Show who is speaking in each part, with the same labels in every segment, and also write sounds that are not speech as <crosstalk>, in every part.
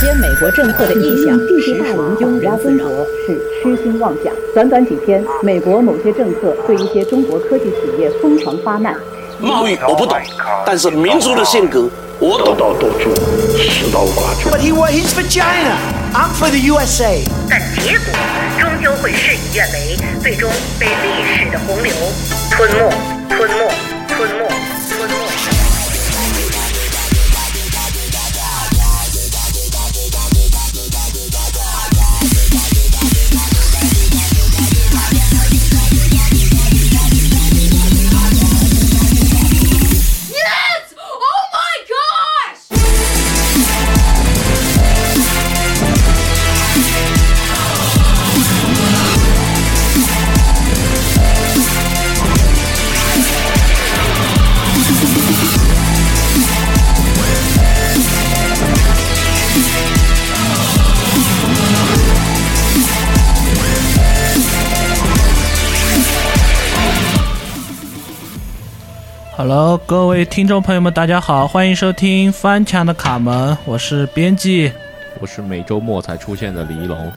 Speaker 1: 接美国政客的意向，
Speaker 2: 这句话影响压中国嗯是痴心妄想。短短几天，美国某些政客对一些中国科技企业疯狂发难。
Speaker 3: 贸易我不懂，但是民族的性格我懂。
Speaker 4: 刀夺柱，持刀剐柱。
Speaker 5: But he was he's for China. I'm for the USA.
Speaker 6: 但结果终究会事与愿违，最终被历史的洪流吞没、吞没、吞没、吞没。
Speaker 7: Yes! Oh my gosh!
Speaker 8: Hello，各位听众朋友们，大家好，欢迎收听《翻墙的卡门》，我是编辑。
Speaker 9: 我是每周末才出现的李一龙。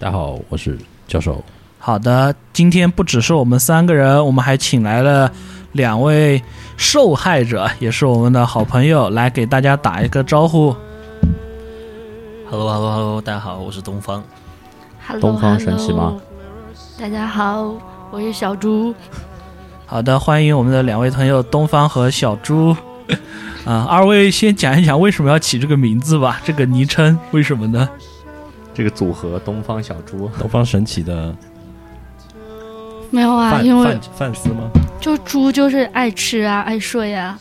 Speaker 10: 大家好，我是教授。
Speaker 8: 好的，今天不只是我们三个人，我们还请来了两位受害者，也是我们的好朋友，来给大家打一个招呼。
Speaker 11: Hello Hello Hello，大家好，我是东方。
Speaker 12: Hello，
Speaker 9: 东方神起吗
Speaker 12: hello？大家好，我是小猪。
Speaker 8: 好的，欢迎我们的两位朋友东方和小猪。
Speaker 11: <laughs>
Speaker 8: 啊、二位先讲一讲为什么要起这个名字吧，这个昵称为什么呢？
Speaker 9: 这个组合东方小猪，
Speaker 10: 东方神起的
Speaker 12: 没有啊，
Speaker 10: 范
Speaker 12: 因为
Speaker 10: 范范思吗？
Speaker 12: 就猪就是爱吃啊，爱睡呀、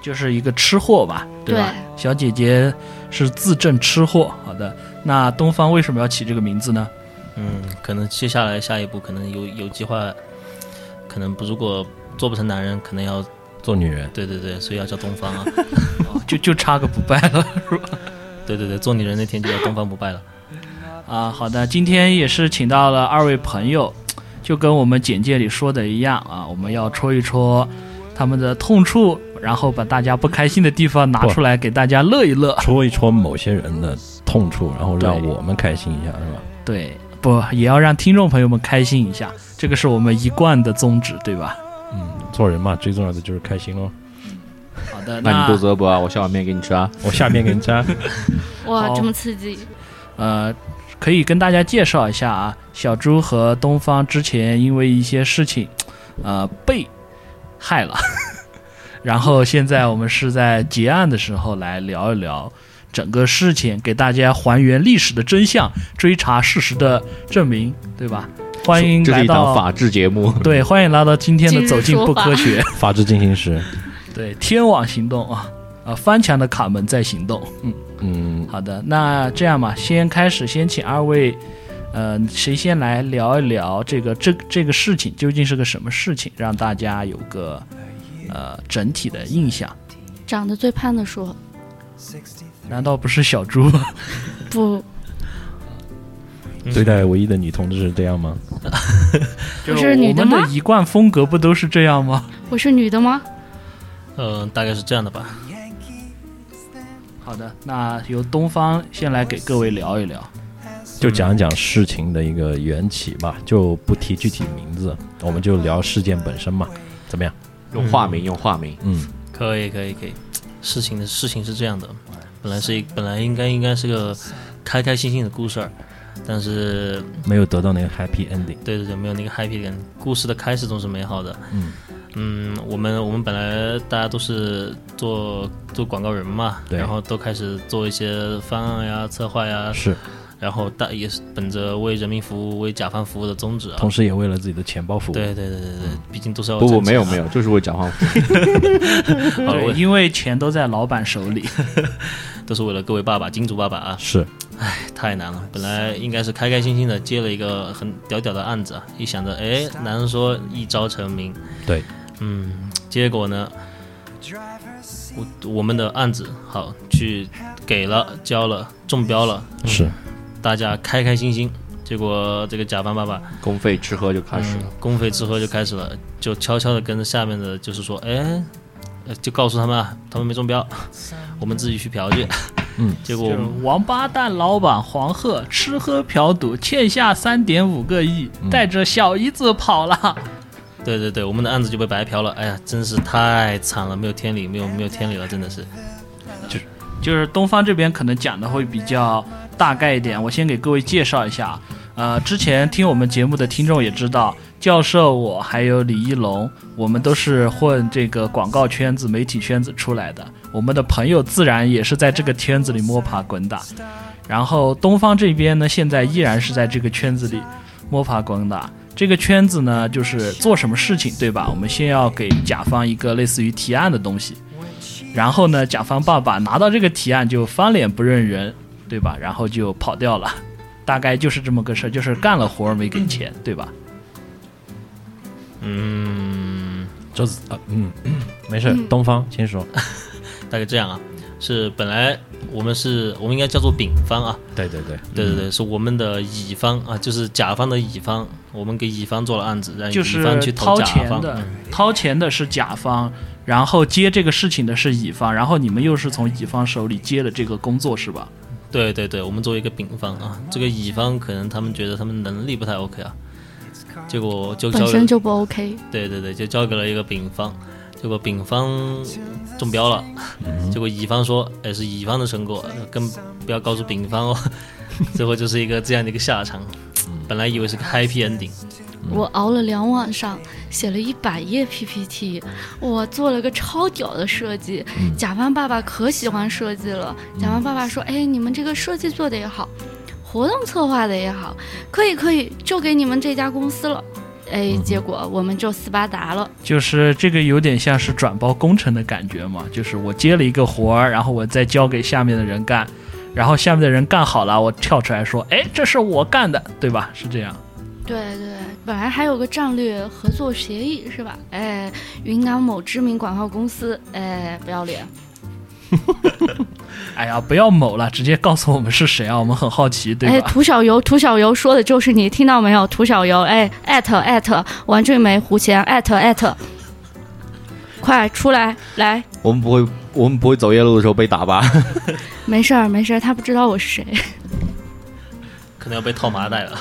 Speaker 8: 就是一个吃货吧，
Speaker 12: 对
Speaker 8: 吧？小姐姐是自证吃货。好的，那东方为什么要起这个名字呢？
Speaker 11: 嗯，可能接下来下一步可能有有计划，可能不如果做不成男人，可能要
Speaker 10: 做女人，
Speaker 11: 对对对，所以要叫东方啊，
Speaker 8: 就就差个不败了， <laughs> 是吧？
Speaker 11: 对对对，做女人那天就叫东方不败了。
Speaker 8: 啊，好的，今天也是请到了二位朋友，就跟我们简介里说的一样啊，我们要戳一戳他们的痛处，然后把大家不开心的地方拿出来给大家乐一乐。
Speaker 10: 戳一戳某些人的痛处，然后让
Speaker 8: 对
Speaker 10: 我们开心一下，是吧？
Speaker 8: 对，不也要让听众朋友们开心一下，这个是我们一贯的宗旨，对吧？
Speaker 10: 嗯，做人嘛，最重要的就是开心喽。
Speaker 8: 好的，
Speaker 9: 那你肚子饿不饿？我小碗面给你吃啊。
Speaker 10: 我下面给你扎， <laughs>
Speaker 12: 哇
Speaker 8: 好，
Speaker 12: 这么刺激！
Speaker 8: 呃，可以跟大家介绍一下啊，小猪和东方之前因为一些事情，呃，被害了， <laughs> 然后现在我们是在结案的时候来聊一聊整个事情，给大家还原历史的真相，追查事实的证明，对吧？欢迎
Speaker 9: 这是
Speaker 8: 来
Speaker 9: 一档
Speaker 8: 到
Speaker 9: 法制节目。
Speaker 8: 对，欢迎来到今天的
Speaker 12: 今日
Speaker 8: 走进
Speaker 12: 说
Speaker 8: 不
Speaker 12: 法
Speaker 8: 科学，
Speaker 10: 法制进行时。
Speaker 8: 对，天网行动啊，啊，翻墙的卡门在行动，嗯。
Speaker 10: 嗯，
Speaker 8: 好的，那这样吧，先开始，先请二位，呃，谁先来聊一聊这个这这个事情究竟是个什么事情，让大家有个呃整体的印象？
Speaker 12: 长得最胖的说
Speaker 8: 难道不是小
Speaker 12: <laughs>
Speaker 8: 猪吗？
Speaker 12: 不，
Speaker 10: 对待唯一的女同志是这样吗？
Speaker 8: 就
Speaker 12: 不是
Speaker 8: 我
Speaker 12: 女的
Speaker 8: 们
Speaker 12: 吗
Speaker 8: 的一贯风格不都是这样吗？
Speaker 12: 我是女的吗？
Speaker 11: 嗯、大概是这样的吧。
Speaker 8: 好的，那由东方先来给各位聊一聊。
Speaker 10: 就讲一讲事情的一个缘起吧，就不提具体名字，我们就聊事件本身嘛，怎么样？
Speaker 9: 用化名，用化名。
Speaker 10: 嗯，
Speaker 11: 可以可以可以，事情的事情是这样的，本来是一本来应该应该是个开开心心的故事儿，但是
Speaker 10: 没有得到那个 happy ending。
Speaker 11: 对对对，没有那个 happy 点。故事的开始总是美好的。
Speaker 10: 嗯
Speaker 11: 嗯我们我们本来大家都是做做广告人嘛，
Speaker 10: 对
Speaker 11: 然后都开始做一些方案呀、策划呀，
Speaker 10: 是，
Speaker 11: 然后大也是本着为人民服务、为甲方服务的宗旨啊。
Speaker 10: 同时也为了自己的钱包服务。
Speaker 11: 对对对对对，
Speaker 10: 嗯
Speaker 11: 毕竟都是要
Speaker 9: 不不，
Speaker 11: 挣钱
Speaker 9: 没有
Speaker 11: 啊
Speaker 9: 没有，就是为讲话。
Speaker 11: 好了
Speaker 8: 对，因为钱都在老板手里。
Speaker 11: 都是为了各位爸爸、金主爸爸啊，
Speaker 10: 是，
Speaker 11: 太难了。本来应该是开开心心的接了一个很屌屌的案子啊，一想着哎，男人说一招成名，
Speaker 10: 对，
Speaker 11: 嗯，结果呢，我我们的案子好去给了交了中标了，
Speaker 10: 是，
Speaker 11: 大家开开心心。结果这个甲方爸爸
Speaker 9: 公费吃喝就开始了。
Speaker 11: 公费吃喝就开始了，就悄悄的跟着下面的就是说，哎，呃就告诉他们啊，他们没中标，我们自己去嫖去。
Speaker 10: 嗯，
Speaker 11: <laughs> 结果我们
Speaker 8: 王八蛋老板黄鹤吃喝嫖赌，欠下三点五个亿，
Speaker 11: 嗯
Speaker 8: 带着小姨子跑了。
Speaker 11: 对对对，我们的案子就被白嫖了。哎呀，真是太惨了，没有天理，没有没有天理了，真的是。
Speaker 8: 就是东方这边可能讲的会比较大概一点，我先给各位介绍一下。呃，之前听我们节目的听众也知道，教授我还有李一龙，我们都是混这个广告圈子、媒体圈子出来的，我们的朋友自然也是在这个圈子里摸爬滚打。然后东方这边呢，现在依然是在这个圈子里摸爬滚打。这个圈子呢，就是做什么事情，对吧？我们先要给甲方一个类似于提案的东西，然后呢，甲方爸爸拿到这个提案就翻脸不认人，对吧？然后就跑掉了，大概就是这么个事儿，就是干了活儿没给钱，对吧？
Speaker 11: 嗯，
Speaker 10: 这是啊，嗯，没事，东方先说。
Speaker 11: 大概这样啊，是本来我们是我们应该叫做丙方啊，
Speaker 10: 对对对，
Speaker 11: 对对
Speaker 8: 嗯
Speaker 11: 对，是我们的乙方啊，就是甲方的乙方，我们给乙方做了案子，让
Speaker 8: 就
Speaker 11: 嗯乙方
Speaker 8: 是
Speaker 11: 去投
Speaker 8: 掏
Speaker 11: 甲
Speaker 8: 钱
Speaker 11: 方。嗯
Speaker 8: 的，掏钱的是甲方，然后接这个事情的是乙方，然后你们又是从乙方手里接了这个工作，是吧？
Speaker 11: 对对对，我们作为一个丙方
Speaker 8: 哦
Speaker 11: 啊，这个乙方可能他们觉得他们能力不太 OK 啊，结果就交
Speaker 12: 本
Speaker 11: 给
Speaker 12: 身就不 OK。
Speaker 11: 对对对，就交给了一个丙方，结果丙方中标了，
Speaker 8: 嗯
Speaker 11: 结果乙方说，哎，是乙方的成果，更不要告诉丙方哦。 <laughs> 最后就是一个这样的一个下场，
Speaker 8: 嗯
Speaker 11: 本来以为是个 happy ending，
Speaker 12: 我熬了两晚上，写了一百页 PPT，我做了个超屌的设计。甲方爸爸可喜欢设计了，甲方爸爸说：“哎，你们这个设计做的也好，活动策划的也好，可以可以，就给你们这家公司了。”哎，结果我们就斯巴达了。
Speaker 8: 就是这个有点像是转包工程的感觉嘛，就是我接了一个活儿，然后我再交给下面的人干，然后下面的人干好了，我跳出来说，哎，这是我干的，对吧？是这样。
Speaker 12: 对对，本来还有个战略合作协议是吧？哎，云南某知名广告公司，哎，不要脸。
Speaker 8: 哎呀，不要某了，直接告诉我们是谁啊，我们很好奇，对
Speaker 12: 哎，
Speaker 8: 吧？
Speaker 12: 涂小游，涂小游说的就是你，听到没有？涂小游，哎，艾特艾特王俊梅、胡贤，艾特艾特，快出来，来，
Speaker 9: 我们不会，我们不会走夜路的时候被打吧？
Speaker 12: 没事儿没事儿，他不知道我是谁。
Speaker 11: 可能要被套麻袋了。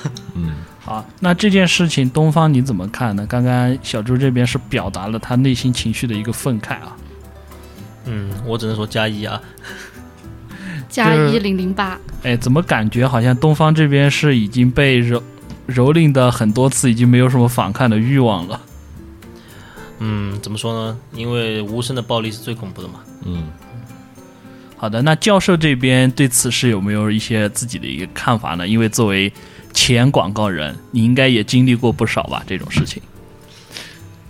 Speaker 8: 好，那这件事情东方你怎么看呢？刚刚小朱这边是表达了他内心情绪的一个愤慨啊，
Speaker 11: <laughs> 嗯，我只能说加一啊，
Speaker 12: 加
Speaker 8: 就是
Speaker 12: 一零零八，
Speaker 8: 哎，怎么感觉好像东方这边是已经被蹂蹂躏的很多次，已经没有什么反抗的欲望了。
Speaker 11: 嗯，怎么说呢？因为无声的暴力是最恐怖的嘛。
Speaker 9: 嗯，
Speaker 8: 好的，那教授这边对此事有没有一些自己的一个看法呢？因为作为前广告人，你应该也经历过不少吧这种事情。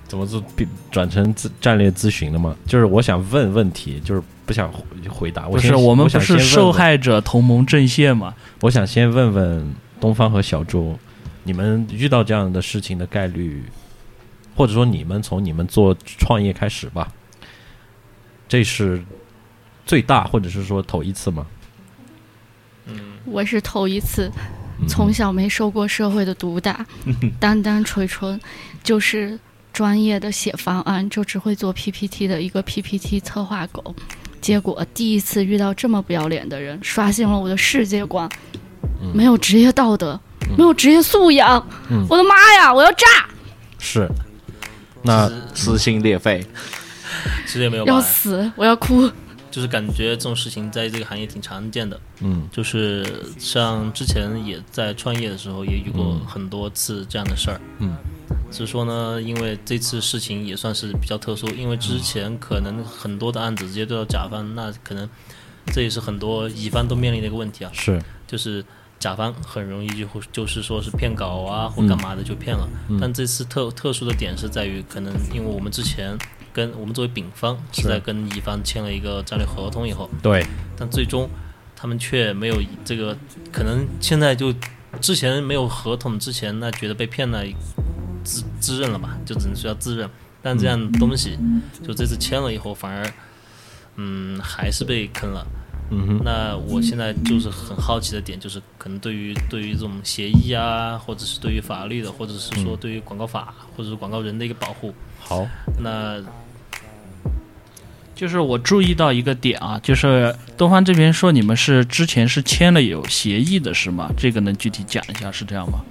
Speaker 10: 怎么做变转成自战略咨询了吗？就是我想问问题，就是不想回回答。
Speaker 8: 不
Speaker 10: 我
Speaker 8: 是
Speaker 10: 先
Speaker 8: 我们
Speaker 10: 我
Speaker 8: 不
Speaker 10: 想
Speaker 8: 是
Speaker 10: 先问
Speaker 8: 受
Speaker 10: 问
Speaker 8: 害者同盟阵线嘛？
Speaker 10: 我想先问问东方和小周，你们遇到这样的事情的概率，或者说你们从你们做创业开始吧，这是最大或者是说头一次吗？
Speaker 12: 我是头一次，
Speaker 10: 嗯
Speaker 12: 从小没受过社会的
Speaker 10: <laughs>
Speaker 12: 毒打，单单锤纯，就是专业的写方案，就只会做 PPT 的一个 PPT 策划狗。结果第一次遇到这么不要脸的人，刷新了我的世界观。
Speaker 10: 嗯
Speaker 12: 没有职业道德，没有职业素养，
Speaker 9: 嗯
Speaker 12: 我的妈呀！我要炸，
Speaker 10: 是，
Speaker 9: <laughs>
Speaker 10: 那
Speaker 9: 撕心裂肺，
Speaker 11: 其实也没有吧
Speaker 12: 要，死，我要哭。
Speaker 11: 就是感觉这种事情在这个行业挺常见的。
Speaker 10: 嗯，
Speaker 11: 就是像之前也在创业的时候也遇过很多次这样的事儿。
Speaker 10: 嗯，
Speaker 11: 所以说呢，因为这次事情也算是比较特殊，因为之前可能很多的案子直接对到甲方，那可能这也是很多乙方都面临的一个问题啊。
Speaker 10: 是，
Speaker 11: 就是甲方很容易就会就是说是骗稿啊或
Speaker 10: 嗯
Speaker 11: 干嘛的就骗了。
Speaker 10: 嗯
Speaker 11: 但这次特特殊的点是在于，可能因为我们之前跟我们作为丙方
Speaker 10: 是
Speaker 11: 是在跟乙方签了一个战略合同以后，
Speaker 10: 对，
Speaker 11: 但最终他们却没有这个，可能现在就之前没有合同之前，那觉得被骗了，自自认了吧，就只能说要自认。但这样的东西，就这次签了以后，反而，嗯，还是被坑了。
Speaker 10: 嗯哼
Speaker 11: 那我现在就是很好奇的点，就是可能对于对于这种协议啊，或者是对于法律的，或者是
Speaker 10: 嗯
Speaker 11: 说对于广告法，或者是广告人的一个保护，
Speaker 10: 好，
Speaker 11: 那
Speaker 8: 就是我注意到一个点啊，就是东方这边说你们是之前是签了有协议的是吗？这个能具体讲一下是这样吗？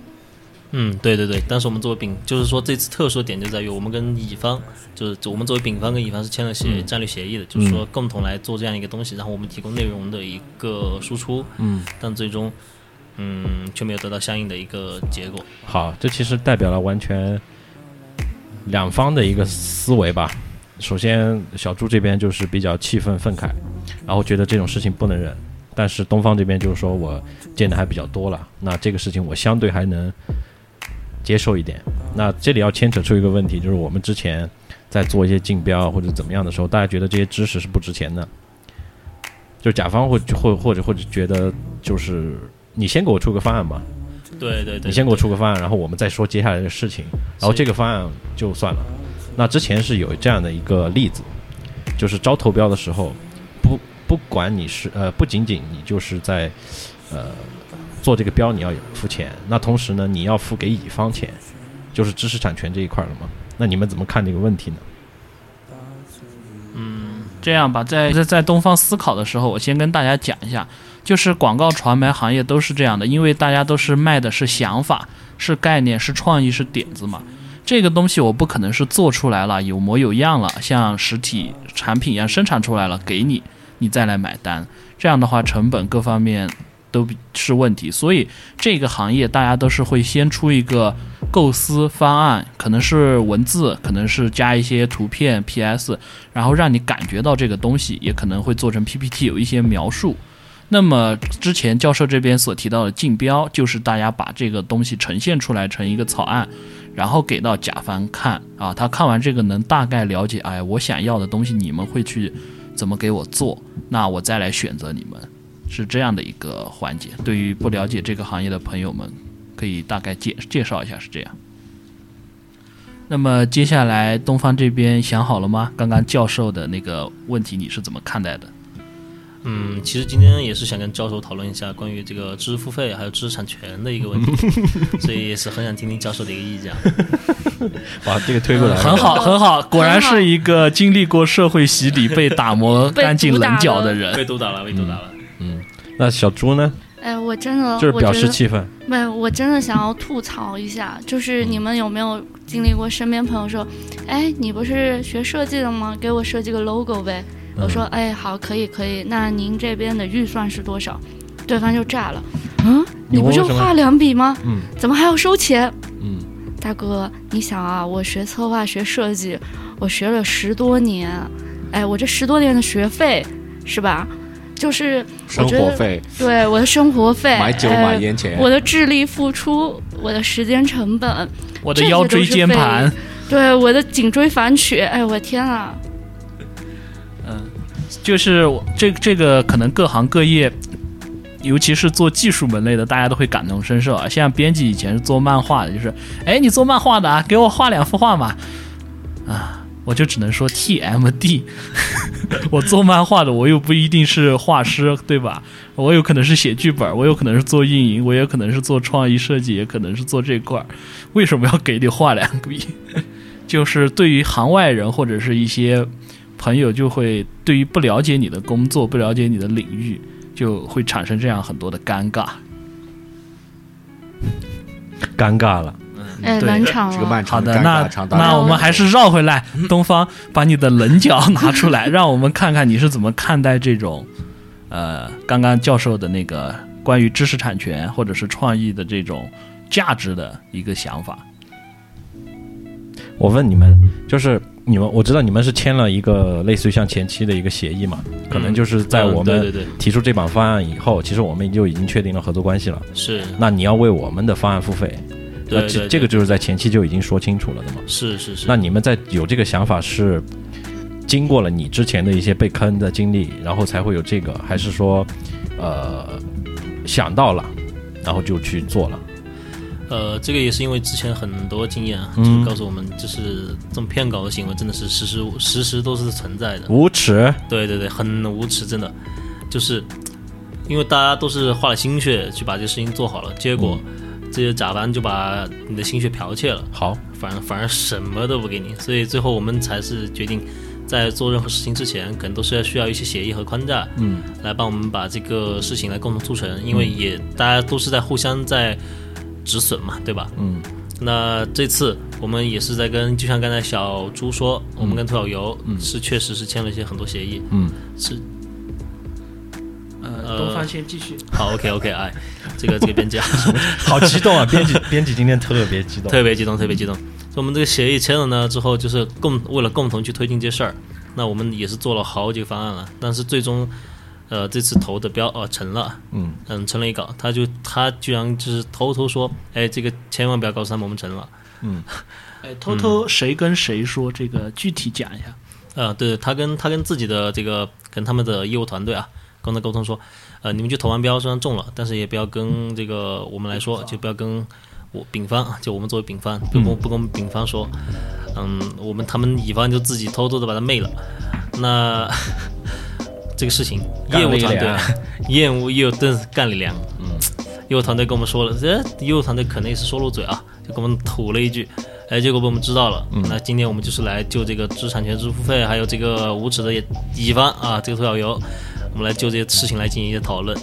Speaker 11: 嗯，对对对，当时我们作为丙，就是说这次特殊的点就在于我们跟乙方，就是我们作为丙方跟乙方是签了协、
Speaker 10: 嗯
Speaker 11: 战略协议的，就是说共同来做这样一个东西，然后我们提供内容的一个输出，
Speaker 10: 嗯，
Speaker 11: 但最终，嗯，却没有得到相应的一个结果。
Speaker 10: 好，这其实代表了完全两方的一个思维吧。首先，小朱这边就是比较气愤愤慨，然后觉得这种事情不能忍。但是东方这边就是说我见的还比较多了，那这个事情我相对还能接受一点。那这里要牵扯出一个问题，就是我们之前在做一些竞标或者怎么样的时候，大家觉得这些知识是不值钱的，就甲方会或或者或者觉得就是你先给我出个方案吧，
Speaker 11: 对对对，
Speaker 10: 你先给我出个方案，然后我们再说接下来的事情。然后这个方案就算了。那之前是有这样的一个例子，就是招投标的时候，不不管你是呃，不仅仅你就是在呃做这个标你要付钱，那同时呢你要付给乙方钱，就是知识产权这一块了嘛。那你们怎么看这个问题呢？
Speaker 8: 这样吧，在在在东方思考的时候，我先跟大家讲一下，就是广告传媒行业都是这样的，因为大家都是卖的是想法、是概念、是创意、是点子嘛。这个东西我不可能是做出来了，有模有样了，像实体产品一样生产出来了给你，你再来买单。这样的话，成本各方面都比是问题，所以这个行业大家都是会先出一个构思方案，可能是文字，可能是加一些图片、PS，然后让你感觉到这个东西，也可能会做成 PPT 有一些描述。那么之前教授这边所提到的竞标，就是大家把这个东西呈现出来成一个草案，然后给到甲方看啊，他看完这个能大概了解，哎，我想要的东西你们会去怎么给我做，那我再来选择你们，是这样的一个环节。对于不了解这个行业的朋友们，可以大概介介绍一下是这样。那么接下来东方这边想好了吗？刚刚教授的那个问题你是怎么看待的？
Speaker 11: 嗯，其实今天也是想跟教授讨论一下关于这个知识付费还有知识产权的一个问
Speaker 10: <laughs>
Speaker 11: 题，所以也是很想听听教授的一个意见。
Speaker 10: 哇，这个推过来了
Speaker 8: 很好，很好，果然是一个经历过社会洗礼、 <laughs> 被打磨干净棱角的人。
Speaker 11: 被毒打了，被毒打了。
Speaker 10: 那小朱呢，
Speaker 12: 哎，我真的，
Speaker 10: 就是
Speaker 12: 我
Speaker 10: 表
Speaker 12: 觉
Speaker 10: 示
Speaker 12: 得
Speaker 10: 气愤。
Speaker 12: 没有，我真的想要吐槽一下，
Speaker 9: 嗯
Speaker 12: 就是你们有没有经历过身边朋友说，哎，你不是学设计的吗？给我设计个 logo 呗。
Speaker 9: 嗯
Speaker 12: 我说，哎，好，可以，可以。那您这边的预算是多少？对方就炸了，
Speaker 9: 啊
Speaker 12: 嗯，
Speaker 7: 你
Speaker 12: 你不
Speaker 7: 问
Speaker 12: 就
Speaker 7: 为什么
Speaker 12: 画两笔吗？
Speaker 7: 嗯
Speaker 12: 怎么还要收钱？
Speaker 10: 嗯，
Speaker 12: 大哥，你想啊，我学策划、学设计，我学了十多年，哎，我这十多年的学费是吧？就是我觉得
Speaker 9: 生活费
Speaker 12: 对我的生活费、
Speaker 9: 买酒
Speaker 12: 哎
Speaker 9: 买烟钱
Speaker 12: 我的智力付出、我的时间成本、
Speaker 8: 我的
Speaker 12: 这些
Speaker 8: 腰
Speaker 12: 都
Speaker 8: 椎
Speaker 12: 是
Speaker 8: 间
Speaker 12: 费
Speaker 8: 盘
Speaker 12: 用，对我的颈椎反曲，哎，我天啊！
Speaker 8: 嗯，就是我这这个可能各行各业，尤其是做技术门类的，大家都会感同身受啊。像编辑以前是做漫画的，就是，哎，你做漫画的啊，给我画两幅画嘛，啊，我就只能说 TMD，我做漫画的，我又不一定是画师，对吧？我有可能是写剧本，我有可能是做运营，我也可能是做创意设计，也可能是做这块儿。为什么要给你画两笔？ <laughs> 就是对于行外人或者是一些朋友，就会对于不了解你的工作、不了解你的领域，就会产生这样很多的尴尬。
Speaker 10: 尴尬了。
Speaker 12: 哎
Speaker 8: 对
Speaker 12: 冷场了这个漫
Speaker 8: 好
Speaker 9: 长的
Speaker 8: 的，
Speaker 9: 尴尬
Speaker 8: 那
Speaker 9: 长达两
Speaker 8: 那
Speaker 9: 个
Speaker 8: 我们还是绕回来，
Speaker 9: 嗯
Speaker 8: 东方把你的棱角拿出
Speaker 9: <laughs>
Speaker 8: 来，让我们看看你是怎么看待这种，呃，刚刚教授的那个关于知识产权或者是创意的这种价值的一个想法。
Speaker 10: 我问你们，就是你们，我知道你们是签了一个类似于像前期的一个协议嘛，可能就是在我
Speaker 11: 嗯
Speaker 10: 们
Speaker 11: 对对对
Speaker 10: 提出这版方案以后，其实我们就已经确定了合作关系了。
Speaker 11: 是
Speaker 10: 那你要为我们的方案付费，那
Speaker 11: 对对
Speaker 10: 这
Speaker 11: 对
Speaker 10: 这个就是在前期就已经说清楚了的嘛。
Speaker 11: 是是是。
Speaker 10: 那你们在有这个想法是经过了你之前的一些被坑的经历，然后才会有这个，还是说呃想到了，然后就去做了？
Speaker 11: 呃，这个也是因为之前很多经验啊，就
Speaker 10: 嗯
Speaker 11: 是告诉我们，就是这种骗稿的行为真的是时时时时都是存在的。
Speaker 10: 无耻！
Speaker 11: 对对对，很无耻，真的，就是因为大家都是花了心血去把这事情做好了，结果、这些甲方就把你的心血剽窃了。 <laughs>
Speaker 10: 好，
Speaker 11: 反而反而什么都不给你，所以最后我们才是决定在做任何事情之前，可能都是要需要一些协议和框架，
Speaker 10: 嗯，
Speaker 11: 来帮我们把这个事情来共同促成，因为也大家都是在互相在止损嘛，对吧？
Speaker 10: 嗯，
Speaker 11: 那这次我们也是在跟，就像刚才小朱说，我们跟兔小游是确实是签了一些很多协议，
Speaker 10: 嗯，
Speaker 11: 是
Speaker 8: 呃，
Speaker 11: 呃
Speaker 8: 东方先继续。
Speaker 11: 好，OK OK，哎，这个这个
Speaker 8: <laughs>
Speaker 11: 编辑啊，
Speaker 10: 好激动啊！编辑编辑今天特别激动，
Speaker 11: 特别激动，特别激动。所以我们这个协议签了呢之后，就是共为了共同去推进这事儿，那我们也是做了好几个方案了，但是最终，呃，这次投的标呃成了，
Speaker 10: 嗯
Speaker 11: 嗯成了一稿，他就他居然就是偷偷说，哎，这个千万不要告诉他们我们成了，
Speaker 10: 嗯，
Speaker 8: 哎，偷偷谁跟谁说这个，具体讲一下。
Speaker 11: 呃，对他跟他跟自己的这个跟他们的业务团队啊，跟他沟通说，呃，你们去投完标虽然中了，但是也不要跟这个我们来说，就不要跟我丙方，啊就我们作为丙方，不跟不跟丙方说，嗯，我们他们乙方就自己偷偷的把他昧了，那 <laughs> 这个事情
Speaker 10: 干
Speaker 11: 业务
Speaker 10: 了一
Speaker 11: 团队啊
Speaker 10: 两
Speaker 11: <laughs> 业务业务真是干了两，嗯，业务团队跟我们说了，这业务团队可能也是说漏嘴啊，就跟我们吐了一句，哎，结果被我们知道了。
Speaker 10: 嗯
Speaker 11: 那今天我们就是来就这个知识产权、知识付费，还有这个无耻的乙方啊，这个兔小游，我们来就这些事情来进行一些讨论。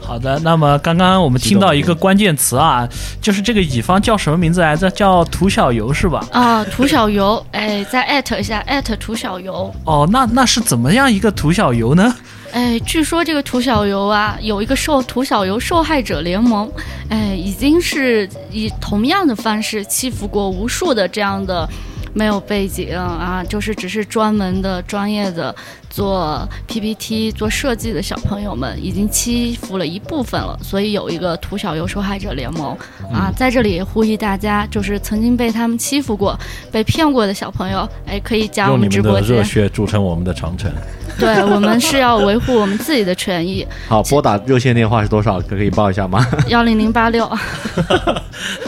Speaker 8: 好的，那么刚刚我们听到一个关键词啊，就是这个乙方叫什么名字来着？叫涂小游是吧？
Speaker 12: 啊，涂小游，哎，再艾特一下，艾特涂小游。
Speaker 8: 哦，那那是怎么样一个涂小游呢？
Speaker 12: 哎，据说这个涂小游啊，有一个受涂小游受害者联盟，哎，已经是以同样的方式欺负过无数的这样的没有背景啊，就是只是专门的专业的做 PPT 做设计的小朋友们，已经欺负了一部分了，所以有一个涂小游受害者联盟啊，在这里也呼吁大家，就是曾经被他们欺负过、被骗过的小朋友，哎，可以加我
Speaker 10: 用你
Speaker 12: 们直
Speaker 10: 们
Speaker 12: 播
Speaker 10: 的
Speaker 12: 间
Speaker 10: 热，血铸成我们的长城。
Speaker 12: 对我们是要维护我们自己的权益。
Speaker 9: 好，拨打热线电话是多少？可以报一下吗？
Speaker 12: 幺零零八六，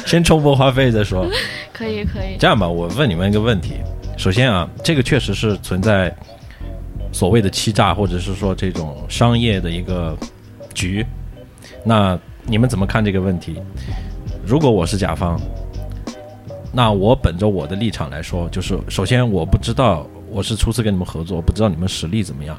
Speaker 10: 先充波话费再说。
Speaker 12: <laughs> 可以可以。
Speaker 10: 这样吧，我问你们一个问题。首先啊，这个确实是存在所谓的欺诈，或者是说这种商业的一个局。那你们怎么看这个问题？如果我是甲方，那我本着我的立场来说，就是首先我不知道我是初次跟你们合作，不知道你们实力怎么样。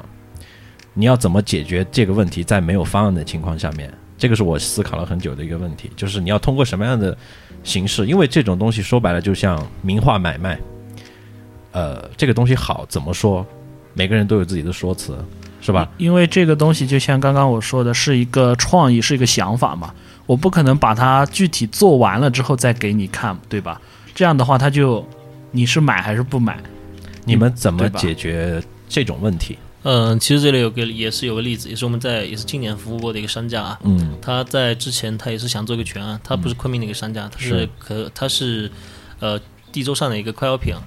Speaker 10: 你要怎么解决这个问题？在没有方案的情况下面，这个是我思考了很久的一个问题，就是你要通过什么样的形式？因为这种东西说白了就像名画买卖，呃，这个东西好怎么说？每个人都有自己的说辞，是吧？
Speaker 8: 因为这个东西就像刚刚我说的，是一个创意，是一个想法嘛，我不可能把它具体做完了之后再给你看，对吧？这样的话，他就你是买还是不买？
Speaker 10: 你们怎么
Speaker 8: 对吧
Speaker 10: 解决这种问题？
Speaker 11: 嗯，其实这里有个也是有个例子，也是我们在也是今年服务过的一个商家啊，
Speaker 10: 嗯，
Speaker 11: 他在之前他也是想做一个全案，啊他不是昆明的一个商家，他
Speaker 10: 是
Speaker 11: 是可他是呃地州上的一个快消品。啊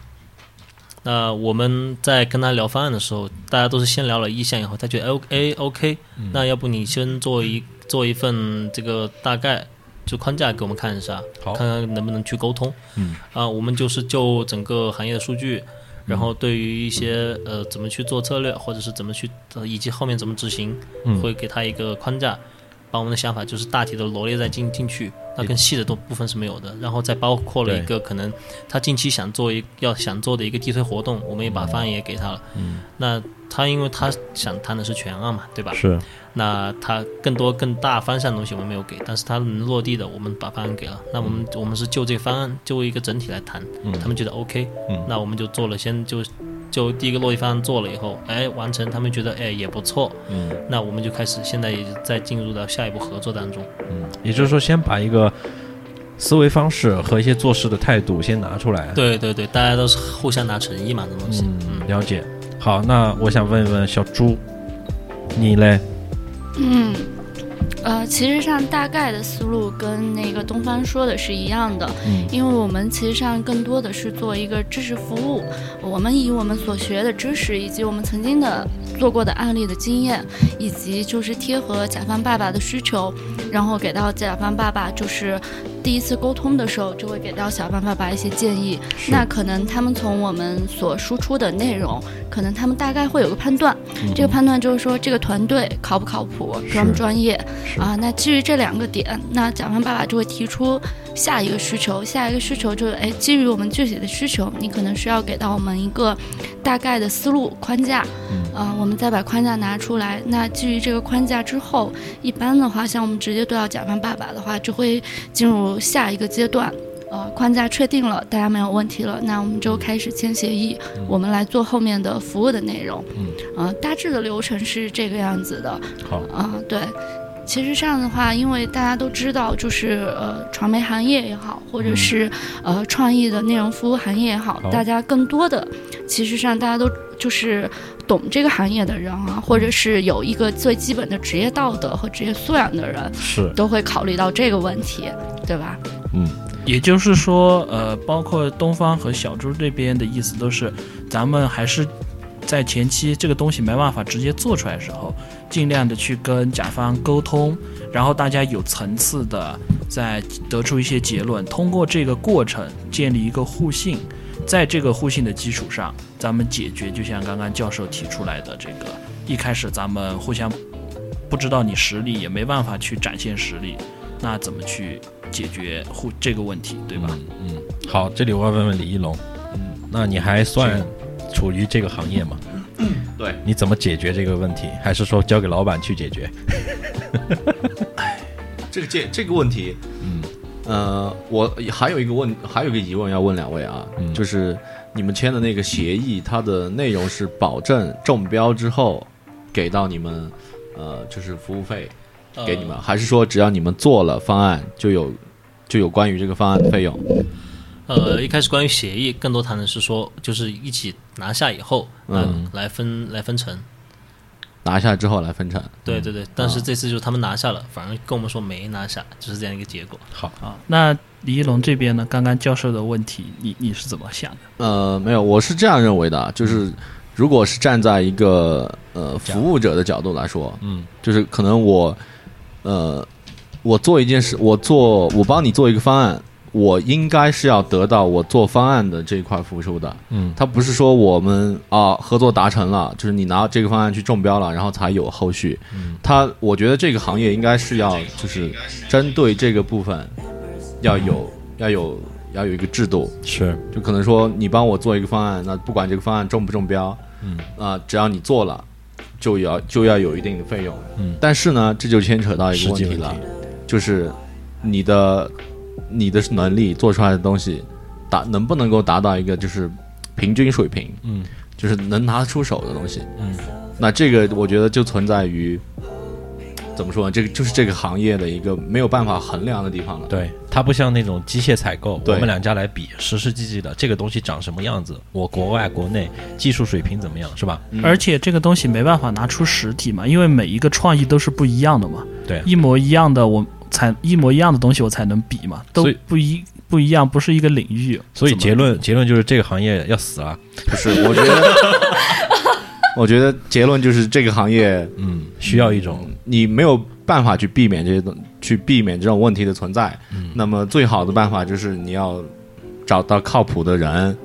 Speaker 11: 那我们在跟他聊方案的时候，大家都是先聊了意向以后，他觉得 O A OK，那
Speaker 10: 嗯
Speaker 11: 要不你先做一做一份这个大概就框架给我们看一下，
Speaker 10: 好
Speaker 11: 看看能不能去沟通。
Speaker 10: 嗯
Speaker 11: 啊，我们就是就整个行业的数据，然后对于一些呃怎么去做策略，或者是怎么去呃以及后面怎么执行，
Speaker 10: 嗯
Speaker 11: 会给他一个框架，把我们的想法就是大体的罗列在进进去，那跟细的都部分是没有的，然后再包括了一
Speaker 10: 对
Speaker 11: 个可能他近期想做一要想做的一个地推活动，我们也把方案也给他了，
Speaker 10: 嗯，
Speaker 11: 那他因为他想谈的是全案嘛，对吧？
Speaker 10: 是。
Speaker 11: 那他更多更大方向的东西我们没有给，但是他能落地的，我们把方案给了。那我们我们是就这个方案，就一个整体来谈，
Speaker 10: 嗯
Speaker 11: 他们觉得 OK，、
Speaker 10: 嗯
Speaker 11: 那我们就做了，先就就第一个落地方案做了以后，哎，完成，他们觉得哎也不错，
Speaker 10: 嗯，
Speaker 11: 那我们就开始现在也在进入到下一步合作当中。
Speaker 10: 也就是说，先把一个思维方式和一些做事的态度先拿出来，
Speaker 11: 对对对，大家都是互相拿诚意嘛，这东西。
Speaker 10: 嗯，了解。好，那我想问一问小朱，你嘞？
Speaker 12: 嗯，呃，其实上大概的思路跟那个东方说的是一样的，
Speaker 10: 嗯
Speaker 12: 因为我们其实上更多的是做一个知识服务，我们以我们所学的知识以及我们曾经的做过的案例的经验，以及就是贴合甲方爸爸的需求，然后给到甲方爸爸就是第一次沟通的时候，就会给到小办爸爸一些建议。那可能他们从我们所输出的内容，可能他们大概会有个判断。
Speaker 13: 嗯
Speaker 12: 这个判断就是说，这个团队靠不靠谱，专不
Speaker 13: 是
Speaker 12: 专业啊？那基于这两个点，那小办爸爸就会提出下一个需求。下一个需求就是，哎，基于我们具体的需求，你可能需要给到我们一个大概的思路框架。
Speaker 13: 嗯
Speaker 12: 呃，我们再把框架拿出来。那基于这个框架之后，一般的话，像我们直接对到甲方爸爸的话，就会进入下一个阶段。呃，框架确定了，大家没有问题了，那我们就开始签协议，我们来做后面的服务的内容。
Speaker 10: 嗯，
Speaker 12: 呃，大致的流程是这个样子的。
Speaker 10: 好，
Speaker 12: 啊、对。其实这样的话，因为大家都知道，就是呃，传媒行业也好，或者
Speaker 13: 嗯
Speaker 12: 是、呃创意的内容服务行业也好
Speaker 13: 好，
Speaker 12: 大家更多的其实上大家都就是懂这个行业的人啊，
Speaker 9: 嗯
Speaker 12: 或者是有一个最基本的职业道德和职业素养的人，
Speaker 10: 是
Speaker 12: 都会考虑到这个问题，对吧？
Speaker 10: 嗯，
Speaker 8: 也就是说，呃，包括东方和小猪这边的意思都是，咱们还是在前期这个东西没办法直接做出来的时候，尽量的去跟甲方沟通，然后大家有层次的再得出一些结论，通过这个过程建立一个互信，在这个互信的基础上，咱们解决，就像刚刚教授提出来的这个，一开始咱们互相不知道你实力，也没办法去展现实力，那怎么去解决互这个问题，对吧？
Speaker 10: 嗯，好，这里我要问问李一龙，
Speaker 11: 嗯
Speaker 10: 那你还算处于这个行业吗？
Speaker 9: 对，
Speaker 10: 你怎么解决这个问题？还是说交给老板去解决？
Speaker 9: 这个这这个问题，嗯，呃，我还有一个问，还有一个疑问要问两位啊，
Speaker 11: 嗯
Speaker 9: 就是你们签的那个协议，它的内容是保证中标之后给到你们，呃，就是服务费给你们，
Speaker 11: 呃
Speaker 9: 还是说只要你们做了方案就有就有关于这个方案的费用？
Speaker 11: 呃，一开始关于协议，更多谈的是说，就是一起拿下以后，
Speaker 9: 嗯
Speaker 11: 嗯，来分来分成。
Speaker 9: 拿下之后来分成？
Speaker 11: 对对对，但是这次就是他们拿下了，反而跟我们说没拿下，就是这样一个结果。
Speaker 10: 好
Speaker 11: 啊，
Speaker 8: 那李一龙这边呢？刚刚教授的问题，你你是怎么想的？
Speaker 9: 呃，没有，我是这样认为的啊，就是如果是站在一个呃服务者的角度来说，
Speaker 10: 嗯，
Speaker 9: 就是可能我呃我做一件事，我做我帮你做一个方案，我应该是要得到我做方案的这一块付出的，
Speaker 10: 嗯
Speaker 9: 它不是说我们啊合作达成了，就是你拿这个方案去中标了，然后才有后续。它我觉得这个行业应该是要就是针对这个部分要有要有要有一个制度，
Speaker 10: 是
Speaker 9: 就可能说你帮我做一个方案，那不管这个方案中不中标，
Speaker 10: 嗯
Speaker 9: 啊、只要你做了，就要就要有一定的费用。
Speaker 10: 嗯
Speaker 9: 但是呢，这就牵扯到一个问
Speaker 10: 实
Speaker 9: 题
Speaker 10: 际
Speaker 9: 了，
Speaker 10: 问
Speaker 9: 就是你的你的能力做出来的东西达能不能够达到一个就是平均水平，
Speaker 10: 嗯，
Speaker 9: 就是能拿得出手的东西。
Speaker 10: 嗯，
Speaker 9: 那这个我觉得就存在于怎么说呢？这个就是这个行业的一个没有办法衡量的地方了。
Speaker 10: 对，它不像那种机械采购，我
Speaker 9: 对
Speaker 10: 们两家来比，实实际际的这个东西长什么样子，我国外国内技术水平怎么样，是吧？
Speaker 8: 而且这个东西没办法拿出实体嘛，因为每一个创意都是不一样的嘛。
Speaker 10: 对
Speaker 8: 一模一样的我才一模一样的东西我才能比嘛，都
Speaker 10: 所以
Speaker 8: 不一不一样，不是一个领域。
Speaker 10: 所以结论结论就是这个行业要死了。
Speaker 9: 不是，我觉得， <laughs> 我觉得结论就是这个行业，
Speaker 10: 嗯，需要一种
Speaker 9: 你没有办法去避免这些东，去避免这种问题的存在。
Speaker 10: 嗯
Speaker 9: 那么最好的办法就是你要找到靠谱的人，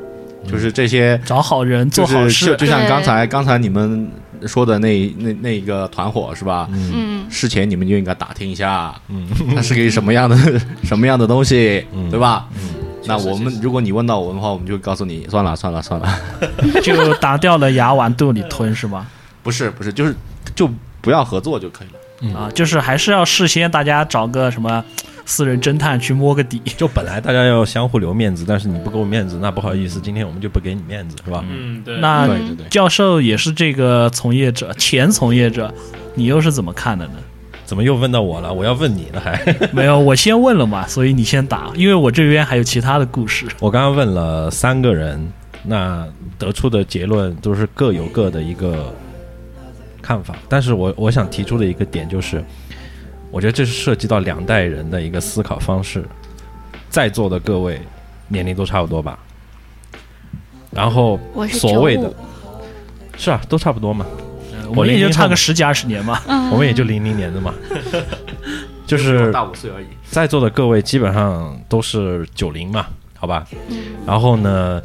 Speaker 10: 嗯
Speaker 9: 就是这些
Speaker 8: 找好人
Speaker 9: 就
Speaker 8: 做
Speaker 9: 是
Speaker 8: 好事
Speaker 9: 就就像
Speaker 8: 对
Speaker 9: 刚才刚才你们说的那那那一个团伙是吧？
Speaker 13: 嗯
Speaker 9: 事前你们就应该打听一下，
Speaker 10: 嗯，
Speaker 9: 它是个什么样的 <laughs> 什么样的东西，对吧？
Speaker 10: 嗯
Speaker 9: 那我们如果你问到我们的话，我们就告诉你，算了算了算了。
Speaker 8: 就打掉了牙往肚里吞
Speaker 10: <laughs>
Speaker 8: 是吗？
Speaker 9: 不是不是，就是就不要合作就可以了。
Speaker 10: 嗯
Speaker 8: 啊，就是还是要事先大家找个什么私人侦探去摸个底。
Speaker 10: 就本来大家要相互留面子，但是你不给我面子，那不好意思，今天我们就不给你面子，是吧？
Speaker 11: 嗯，对
Speaker 8: 那
Speaker 10: 对对对
Speaker 8: 教授也是这个从业者，前从业者，你又是怎么看的呢？
Speaker 10: 怎么又问到我了？我要问你了还？
Speaker 8: 没有，我先问了嘛，所以你先打，因为我这边还有其他的故事。
Speaker 10: 我刚刚问了三个人，那得出的结论都是各有各的一个看法。但是我我想提出的一个点就是，我觉得这是涉及到两代人的一个思考方式。在座的各位年龄都差不多吧？然后
Speaker 8: 我是
Speaker 10: 所谓的
Speaker 8: 95，
Speaker 10: 是啊，都差不多嘛。
Speaker 8: 我们也就差个
Speaker 10: 十，
Speaker 8: 十几二十年嘛
Speaker 9: <laughs>
Speaker 10: 我们也就零零年的嘛。就是
Speaker 9: 大五岁而已。
Speaker 10: 在座的各位基本上都是九零嘛，好吧？然后呢，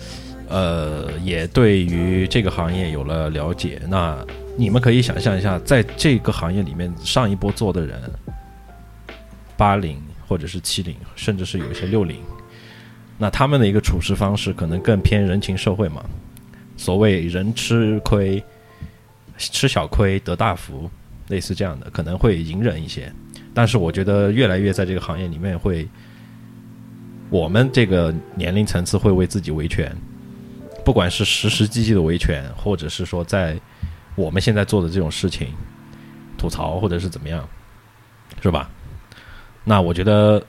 Speaker 10: 呃，也对于这个行业有了了解。那你们可以想象一下，在这个行业里面，上一波做的人，八零或者是七零，甚至是有一些六零，那他们的一个处事方式可能更偏人情社会嘛。所谓人吃亏，吃小亏得大福，类似这样的，可能会隐忍一些。但是我觉得越来越在这个行业里面会，我们这个年龄层次会为自己维权，不管是实实际际的维权，或者是说在我们现在做的这种事情吐槽，或者是怎么样，是吧？那我觉得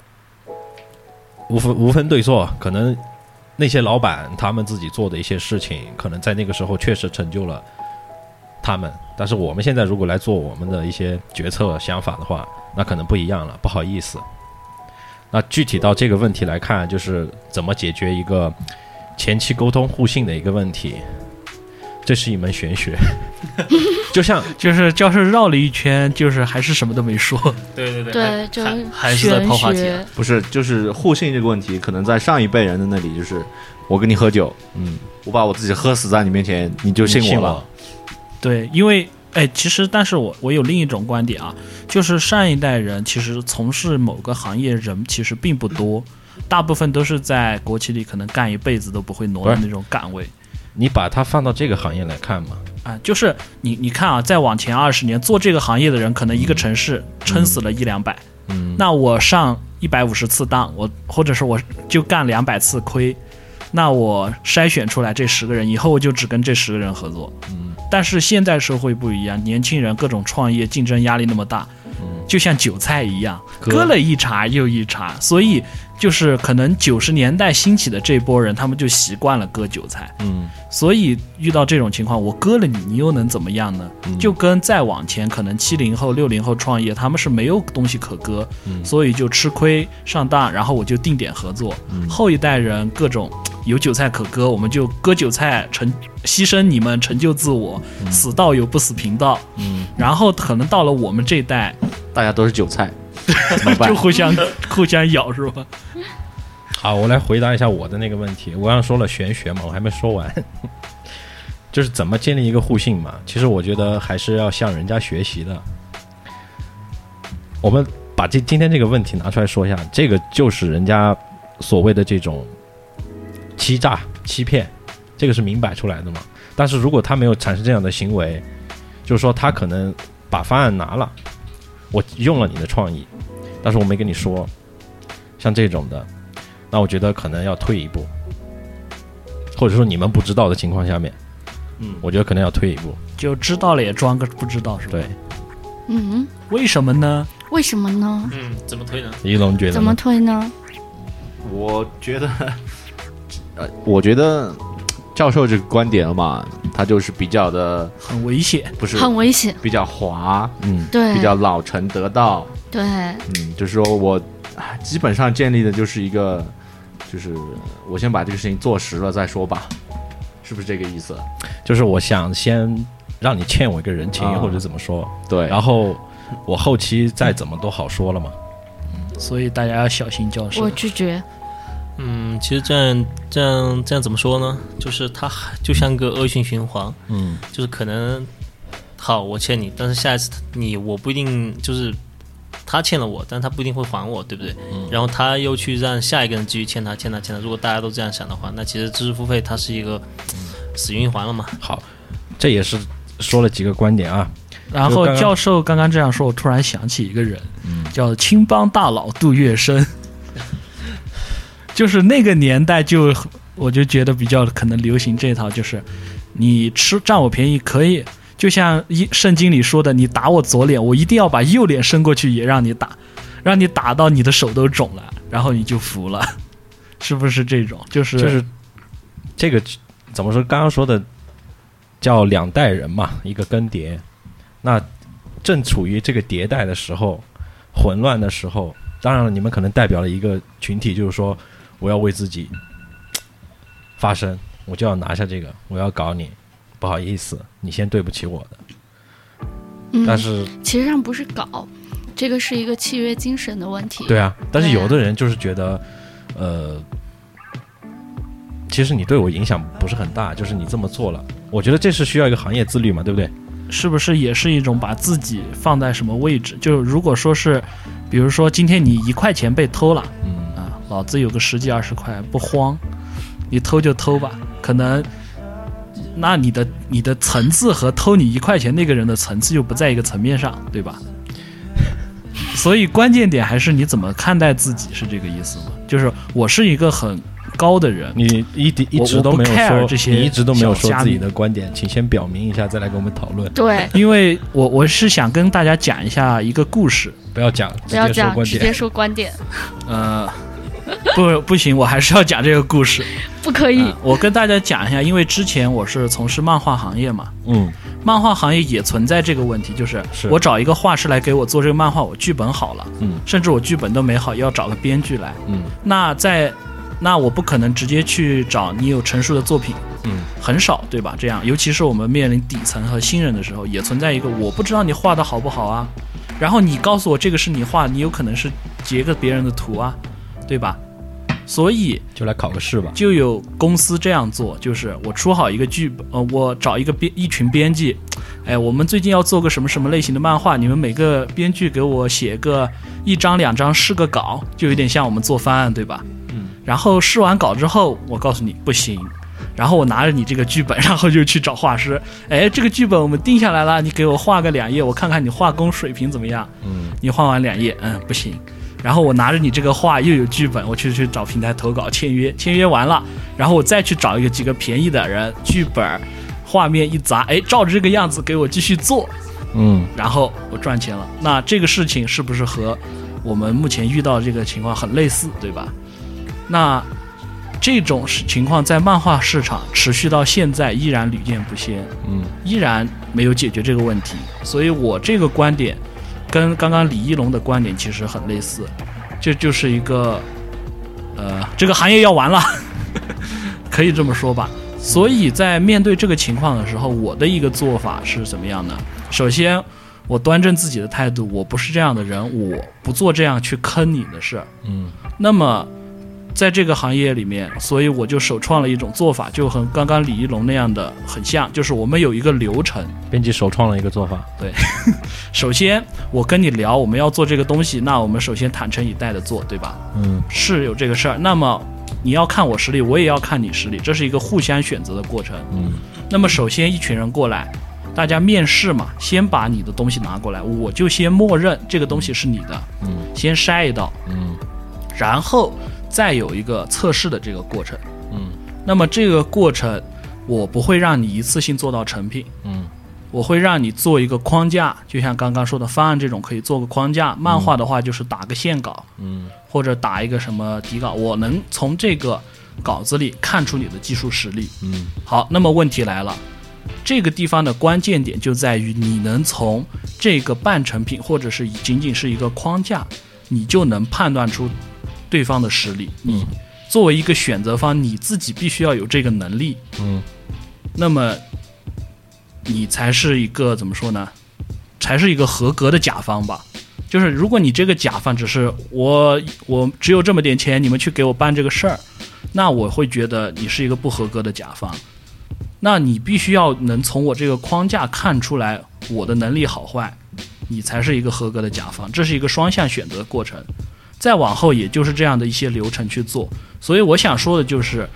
Speaker 10: 无分无分对错，可能那些老板他们自己做的一些事情，可能在那个时候确实成就了他们。但是我们现在如果来做我们的一些决策想法的话，那可能不一样了，不好意思。那具体到这个问题来看，就是怎么解决一个前期沟通互信的一个问题，这是一门玄学。 <laughs> 就像
Speaker 8: 就是教授绕了一圈，就是还是什么都没说。
Speaker 11: 对对对
Speaker 12: 对，就
Speaker 9: 还是在抛话题
Speaker 11: 啊
Speaker 9: 啊
Speaker 12: 玄学，
Speaker 9: 不是，就是互信这个问题，可能在上一辈人的那里，就是我跟你喝酒，
Speaker 10: 嗯，
Speaker 9: 我把我自己喝死在你面前，你就信
Speaker 8: 你信
Speaker 9: 了。
Speaker 8: 我对，因为哎，其实但是我我有另一种观点啊，就是上一代人其实从事某个行业人其实并不多，大部分都是在国企里可能干一辈子都不会挪
Speaker 10: 不
Speaker 8: 的
Speaker 10: 是
Speaker 8: 那种岗位
Speaker 10: 你把它放到这个行业来看嘛，
Speaker 8: 啊。就是你你看啊，再往前二十年，做这个行业的人可能一个城市撑死了一两百，
Speaker 10: 嗯，
Speaker 8: 那我上一百五十次当，我或者是我就干两百次亏，那我筛选出来这十个人，以后我就只跟这十个人合作。
Speaker 10: 嗯，
Speaker 8: 但是现在社会不一样，年轻人各种创业，竞争压力那么大，就像韭菜一样，
Speaker 10: 嗯割
Speaker 8: 割了一茬又一茬。所以就是可能九十年代兴起的这波人，他们就习惯了割韭菜。
Speaker 10: 嗯，
Speaker 8: 所以遇到这种情况，我割了你，你又能怎么样呢？
Speaker 10: 嗯
Speaker 8: 就跟再往前，可能七零后、六零后创业，他们是没有东西可割，
Speaker 10: 嗯
Speaker 8: 所以就吃亏上当，然后我就定点合作。
Speaker 10: 嗯
Speaker 8: 后一代人各种有韭菜可割，我们就割韭菜成牺牲你们成就自我，
Speaker 10: 嗯
Speaker 8: 死道友不死贫道。
Speaker 9: 嗯，
Speaker 8: 然后可能到了我们这一代，
Speaker 9: 大家都是韭菜， <laughs>
Speaker 8: <laughs>
Speaker 9: 办
Speaker 8: 就互相互相咬是吧？
Speaker 10: 好，我来回答一下我的那个问题。我刚刚说了玄学嘛，我还没说完， <laughs> 就是怎么建立一个互信嘛。其实我觉得还是要向人家学习的。我们把这今天这个问题拿出来说一下，这个就是人家所谓的这种欺诈、欺骗，这个是明摆出来的嘛。但是如果他没有产生这样的行为，就是说他可能把方案拿了，我用了你的创意，但是我没跟你说，像这种的，那我觉得可能要退一步，或者说你们不知道的情况下面，
Speaker 8: 嗯，
Speaker 10: 我觉得可能要退一步。
Speaker 8: 就知道了也装个不知道是吧？
Speaker 10: 对，
Speaker 12: 嗯，
Speaker 8: 为什么呢？
Speaker 12: 为什么呢？
Speaker 11: 嗯，怎么推呢？
Speaker 10: 一龙觉得
Speaker 12: 怎么推呢？
Speaker 9: 我觉得， <laughs> 呃，我觉得教授这个观点嘛，他就是比较的
Speaker 8: 很危险，
Speaker 9: 不是
Speaker 12: 很危险，
Speaker 9: 比较滑，
Speaker 10: 嗯，
Speaker 12: 对
Speaker 9: 比较老成得道，
Speaker 12: 对，
Speaker 9: 嗯，就是说我唉基本上建立的就是一个，就是我先把这个事情做实了再说吧，是不是这个意思？
Speaker 10: 就是我想先让你欠我一个人情，
Speaker 9: 啊
Speaker 10: 或者怎么说？
Speaker 9: 对
Speaker 10: 然后我后期再怎么都好说了嘛。
Speaker 8: 所以大家要小心教授。
Speaker 12: 我拒绝。
Speaker 11: 嗯，其实这样这样这样怎么说呢？就是它还就像个恶性循环，
Speaker 10: 嗯，
Speaker 11: 就是可能好我欠你，但是下一次你我不一定就是他欠了我，但他不一定会还我，对不对？然后他又去让下一个人继续欠他欠他欠他。如果大家都这样想的话，那其实知识付费它是一个死循环了嘛。
Speaker 10: 好，这也是说了几个观点啊。
Speaker 8: 然
Speaker 10: 就刚
Speaker 8: 后
Speaker 10: 刚嗯
Speaker 8: 教授刚刚这样说，我突然想起一个人，叫青帮大佬杜月笙， <laughs> 就是那个年代就我就觉得比较可能流行这套，就是你吃占我便宜可以，就像一圣经里说的，你打我左脸，我一定要把右脸伸过去也让你打，让你打到你的手都肿了，然后你就服了， <laughs> 是不是这种？就是
Speaker 10: 就是这个怎么说？刚刚说的叫两代人嘛，一个更迭。那正处于这个迭代的时候，混乱的时候，当然了，你们可能代表了一个群体，就是说我要为自己嗯发声，我就要拿下这个，我要搞你，不好意思，你先对不起我的。
Speaker 12: 嗯，
Speaker 10: 但是
Speaker 12: 其实上不是搞，这个是一个契约精神的问题。
Speaker 10: 对啊，但是
Speaker 12: 对啊
Speaker 10: 有的人就是觉得，呃，其实你对我影响不是很大，就是你这么做了，我觉得这是需要一个行业自律嘛，对不对？
Speaker 8: 是不是也是一种把自己放在什么位置？就如果说是，比如说今天你一块钱被偷了，
Speaker 10: 嗯
Speaker 8: 啊，老子有个十几二十块，不慌，你偷就偷吧。可能，那你的你的层次和偷你一块钱那个人的层次就不在一个层面上，
Speaker 10: <laughs>
Speaker 8: 对吧？所以关键点还是你怎么看待自己，是这个意思吗？就是我是一个很高的人，
Speaker 10: 你一直一
Speaker 8: 我
Speaker 10: 直
Speaker 8: 我
Speaker 10: 都
Speaker 8: 不
Speaker 10: 没有
Speaker 8: care
Speaker 10: 说
Speaker 8: 这些，
Speaker 10: 你一直都没有说自己的。观点，请先表明一下，再来跟我们讨论。 <laughs>
Speaker 12: 对
Speaker 8: 因为我我是想跟大家讲一下一个故事，
Speaker 10: 不要讲，
Speaker 12: 不要讲，直接说观点，
Speaker 8: 呃，不不行，我还是要讲这个故事。
Speaker 12: 不可
Speaker 10: 嗯
Speaker 12: 以。
Speaker 8: 我跟大家讲一下，因为之前我是从事漫画行业嘛，
Speaker 10: 嗯，
Speaker 8: 漫画行业也存在这个问题，就是
Speaker 10: 是
Speaker 8: 我找一个画师来给我做这个漫画，我剧本好了，
Speaker 10: 嗯
Speaker 8: 甚至我剧本都没好，要找个编剧来。
Speaker 10: 嗯
Speaker 8: 那在那我不可能直接去找你有成熟的作品，
Speaker 10: 嗯
Speaker 8: 很少，对吧？这样，尤其是我们面临底层和新人的时候，也存在一个我不知道你画的好不好啊。然后你告诉我这个是你画，你有可能是截个别人的图啊，对吧？所以
Speaker 10: 就来考个试吧。
Speaker 8: 就有公司这样做，就是我出好一个剧本，呃，我找一个编一群编辑，哎，我们最近要做个什么什么类型的漫画，你们每个编剧给我写个一张两张试个稿，就有点像我们做方案，对吧？
Speaker 10: 嗯，
Speaker 8: 然后试完稿之后，我告诉你不行，然后我拿着你这个剧本，然后就去找画师，哎，这个剧本我们定下来了，你给我画个两页，我看看你画工水平怎么样。
Speaker 10: 嗯，
Speaker 8: 你画完两页，嗯，不行。然后我拿着你这个画又有剧本，我去去找平台投稿签约，签约完了，然后我再去找一个几个便宜的人，剧本、画面一砸，哎，照着这个样子给我继续做，
Speaker 10: 嗯
Speaker 8: 然后我赚钱了。那这个事情是不是和我们目前遇到这个情况很类似，对吧？那这种是情况在漫画市场持续到现在依然屡见不鲜，
Speaker 10: 嗯
Speaker 8: 依然没有解决这个问题。所以我这个观点跟刚刚李一龙的观点其实很类似，这就是一个呃，这个行业要完了，可以这么说吧。所以在面对这个情况的时候，我的一个做法是怎么样呢？首先，我端正自己的态度，我不是这样的人，我不做这样去坑你的事儿。
Speaker 10: 嗯
Speaker 8: 那么，在这个行业里面，所以我就首创了一种做法，就和刚刚李一龙那样的很像，就是我们有一个流程。
Speaker 10: 编辑首创了一个做法，
Speaker 8: 对，首先我跟你聊，我们要做这个东西，那我们首先坦诚以待的做，对吧？
Speaker 10: 嗯
Speaker 8: 是有这个事儿。那么你要看我实力，我也要看你实力，这是一个互相选择的过程。
Speaker 10: 嗯
Speaker 8: 那么首先一群人过来，大家面试嘛，先把你的东西拿过来，我就先默认这个东西是你的，
Speaker 10: 嗯
Speaker 8: 先筛一道，
Speaker 10: 嗯
Speaker 8: 然后再有一个测试的这个过程。
Speaker 10: 嗯
Speaker 8: 那么这个过程，我不会让你一次性做到成品，
Speaker 10: 嗯
Speaker 8: 我会让你做一个框架，就像刚刚说的方案这种可以做个框架，漫画的话就是打个线稿，
Speaker 10: 嗯
Speaker 8: 或者打一个什么底稿，我能从这个稿子里看出你的技术实力。
Speaker 10: 嗯
Speaker 8: 好，那么问题来了，这个地方的关键点就在于你能从这个半成品或者是仅仅是一个框架，你就能判断出对方的实力。
Speaker 10: 嗯
Speaker 8: 你作为一个选择方，你自己必须要有这个能力，
Speaker 10: 嗯
Speaker 8: 那么你才是一个怎么说呢？才是一个合格的甲方吧。就是如果你这个甲方只是我我只有这么点钱，你们去给我办这个事儿，那我会觉得你是一个不合格的甲方。那你必须要能从我这个框架看出来我的能力好坏，你才是一个合格的甲方。这是一个双向选择的过程。再往后也就是这样的一些流程去做。所以我想说的就是，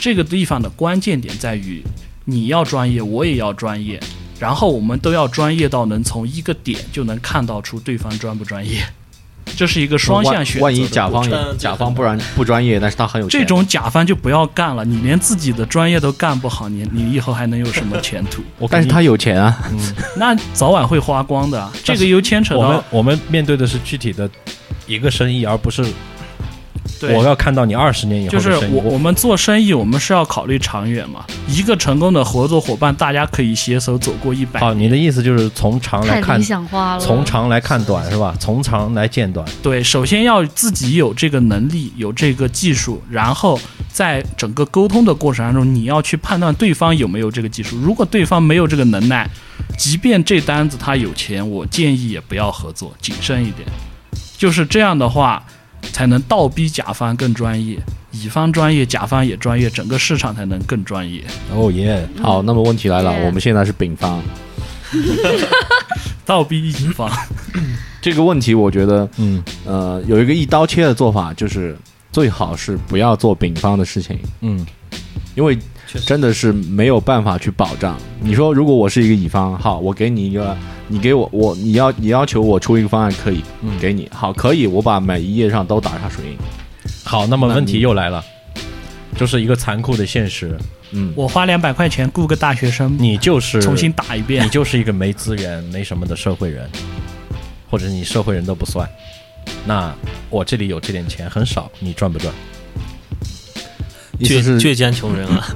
Speaker 8: 这个地方的关键点在于，你要专业，我也要专业，然后我们都要专业到能从一个点就能看到出对方专不专业。 <laughs> 这是一个双向选择的
Speaker 9: 万一甲方
Speaker 8: 过程
Speaker 9: 也甲方不然不专业，但是他很有钱
Speaker 8: 这种甲方就不要干了，你连自己的专业都干不好，你你以后还能有什么前途？ <laughs>
Speaker 9: 但是他有钱啊。
Speaker 8: 那早晚会花光的啊。这个又牵扯
Speaker 10: 我们
Speaker 8: 到
Speaker 10: 我们面对的是具体的一个生意，而不是
Speaker 8: 对
Speaker 10: 我要看到你二十年以后
Speaker 8: 就
Speaker 10: 的
Speaker 8: 是
Speaker 10: 生意。
Speaker 8: 我我们做生意，我们是要考虑长远嘛。一个成功的合作伙伴，大家可以携手走过一百
Speaker 10: 好，你的意思就是从长来
Speaker 12: 太
Speaker 10: 看
Speaker 12: 理，想化了。
Speaker 10: 啊从长来看短是吧？从长来见短。
Speaker 8: 对，首先要自己有这个能力，有这个技术，然后在整个沟通的过程当中，你要去判断对方有没有这个技术。如果对方没有这个能耐，即便这单子他有钱，我建议也不要合作，谨慎一点。就是这样的话，才能倒逼甲方更专业，乙方专业，甲方也专业，整个市场才能更专业。
Speaker 9: 哦
Speaker 8: 哎
Speaker 9: 耶！好，那么问题来了，我们现在是丙方，
Speaker 8: 倒逼乙
Speaker 10: <laughs>
Speaker 8: 方。
Speaker 9: 这个问题我觉得，嗯呃，有一个一刀切的做法，就是最好是不要做丙方的事情，
Speaker 10: 嗯，
Speaker 9: 因为真的是没有办法去保障。你说，如果我是一个乙方，好，我给你一个，你给我，我你要你要求我出一个方案，可以，给你，好，可以，我把每一页上都打上水印。
Speaker 10: 好，那么问题又来了，就是一个残酷的现实。
Speaker 9: 嗯，
Speaker 8: 我花两百块钱雇个大学生，
Speaker 10: 你就是
Speaker 8: 重新打一遍，
Speaker 10: 你就是一个没资源、没什么的社会人，或者你社会人都不算。那我这里有这点钱很少，你赚不赚？
Speaker 9: 意思是
Speaker 11: 倔倔强穷人啊，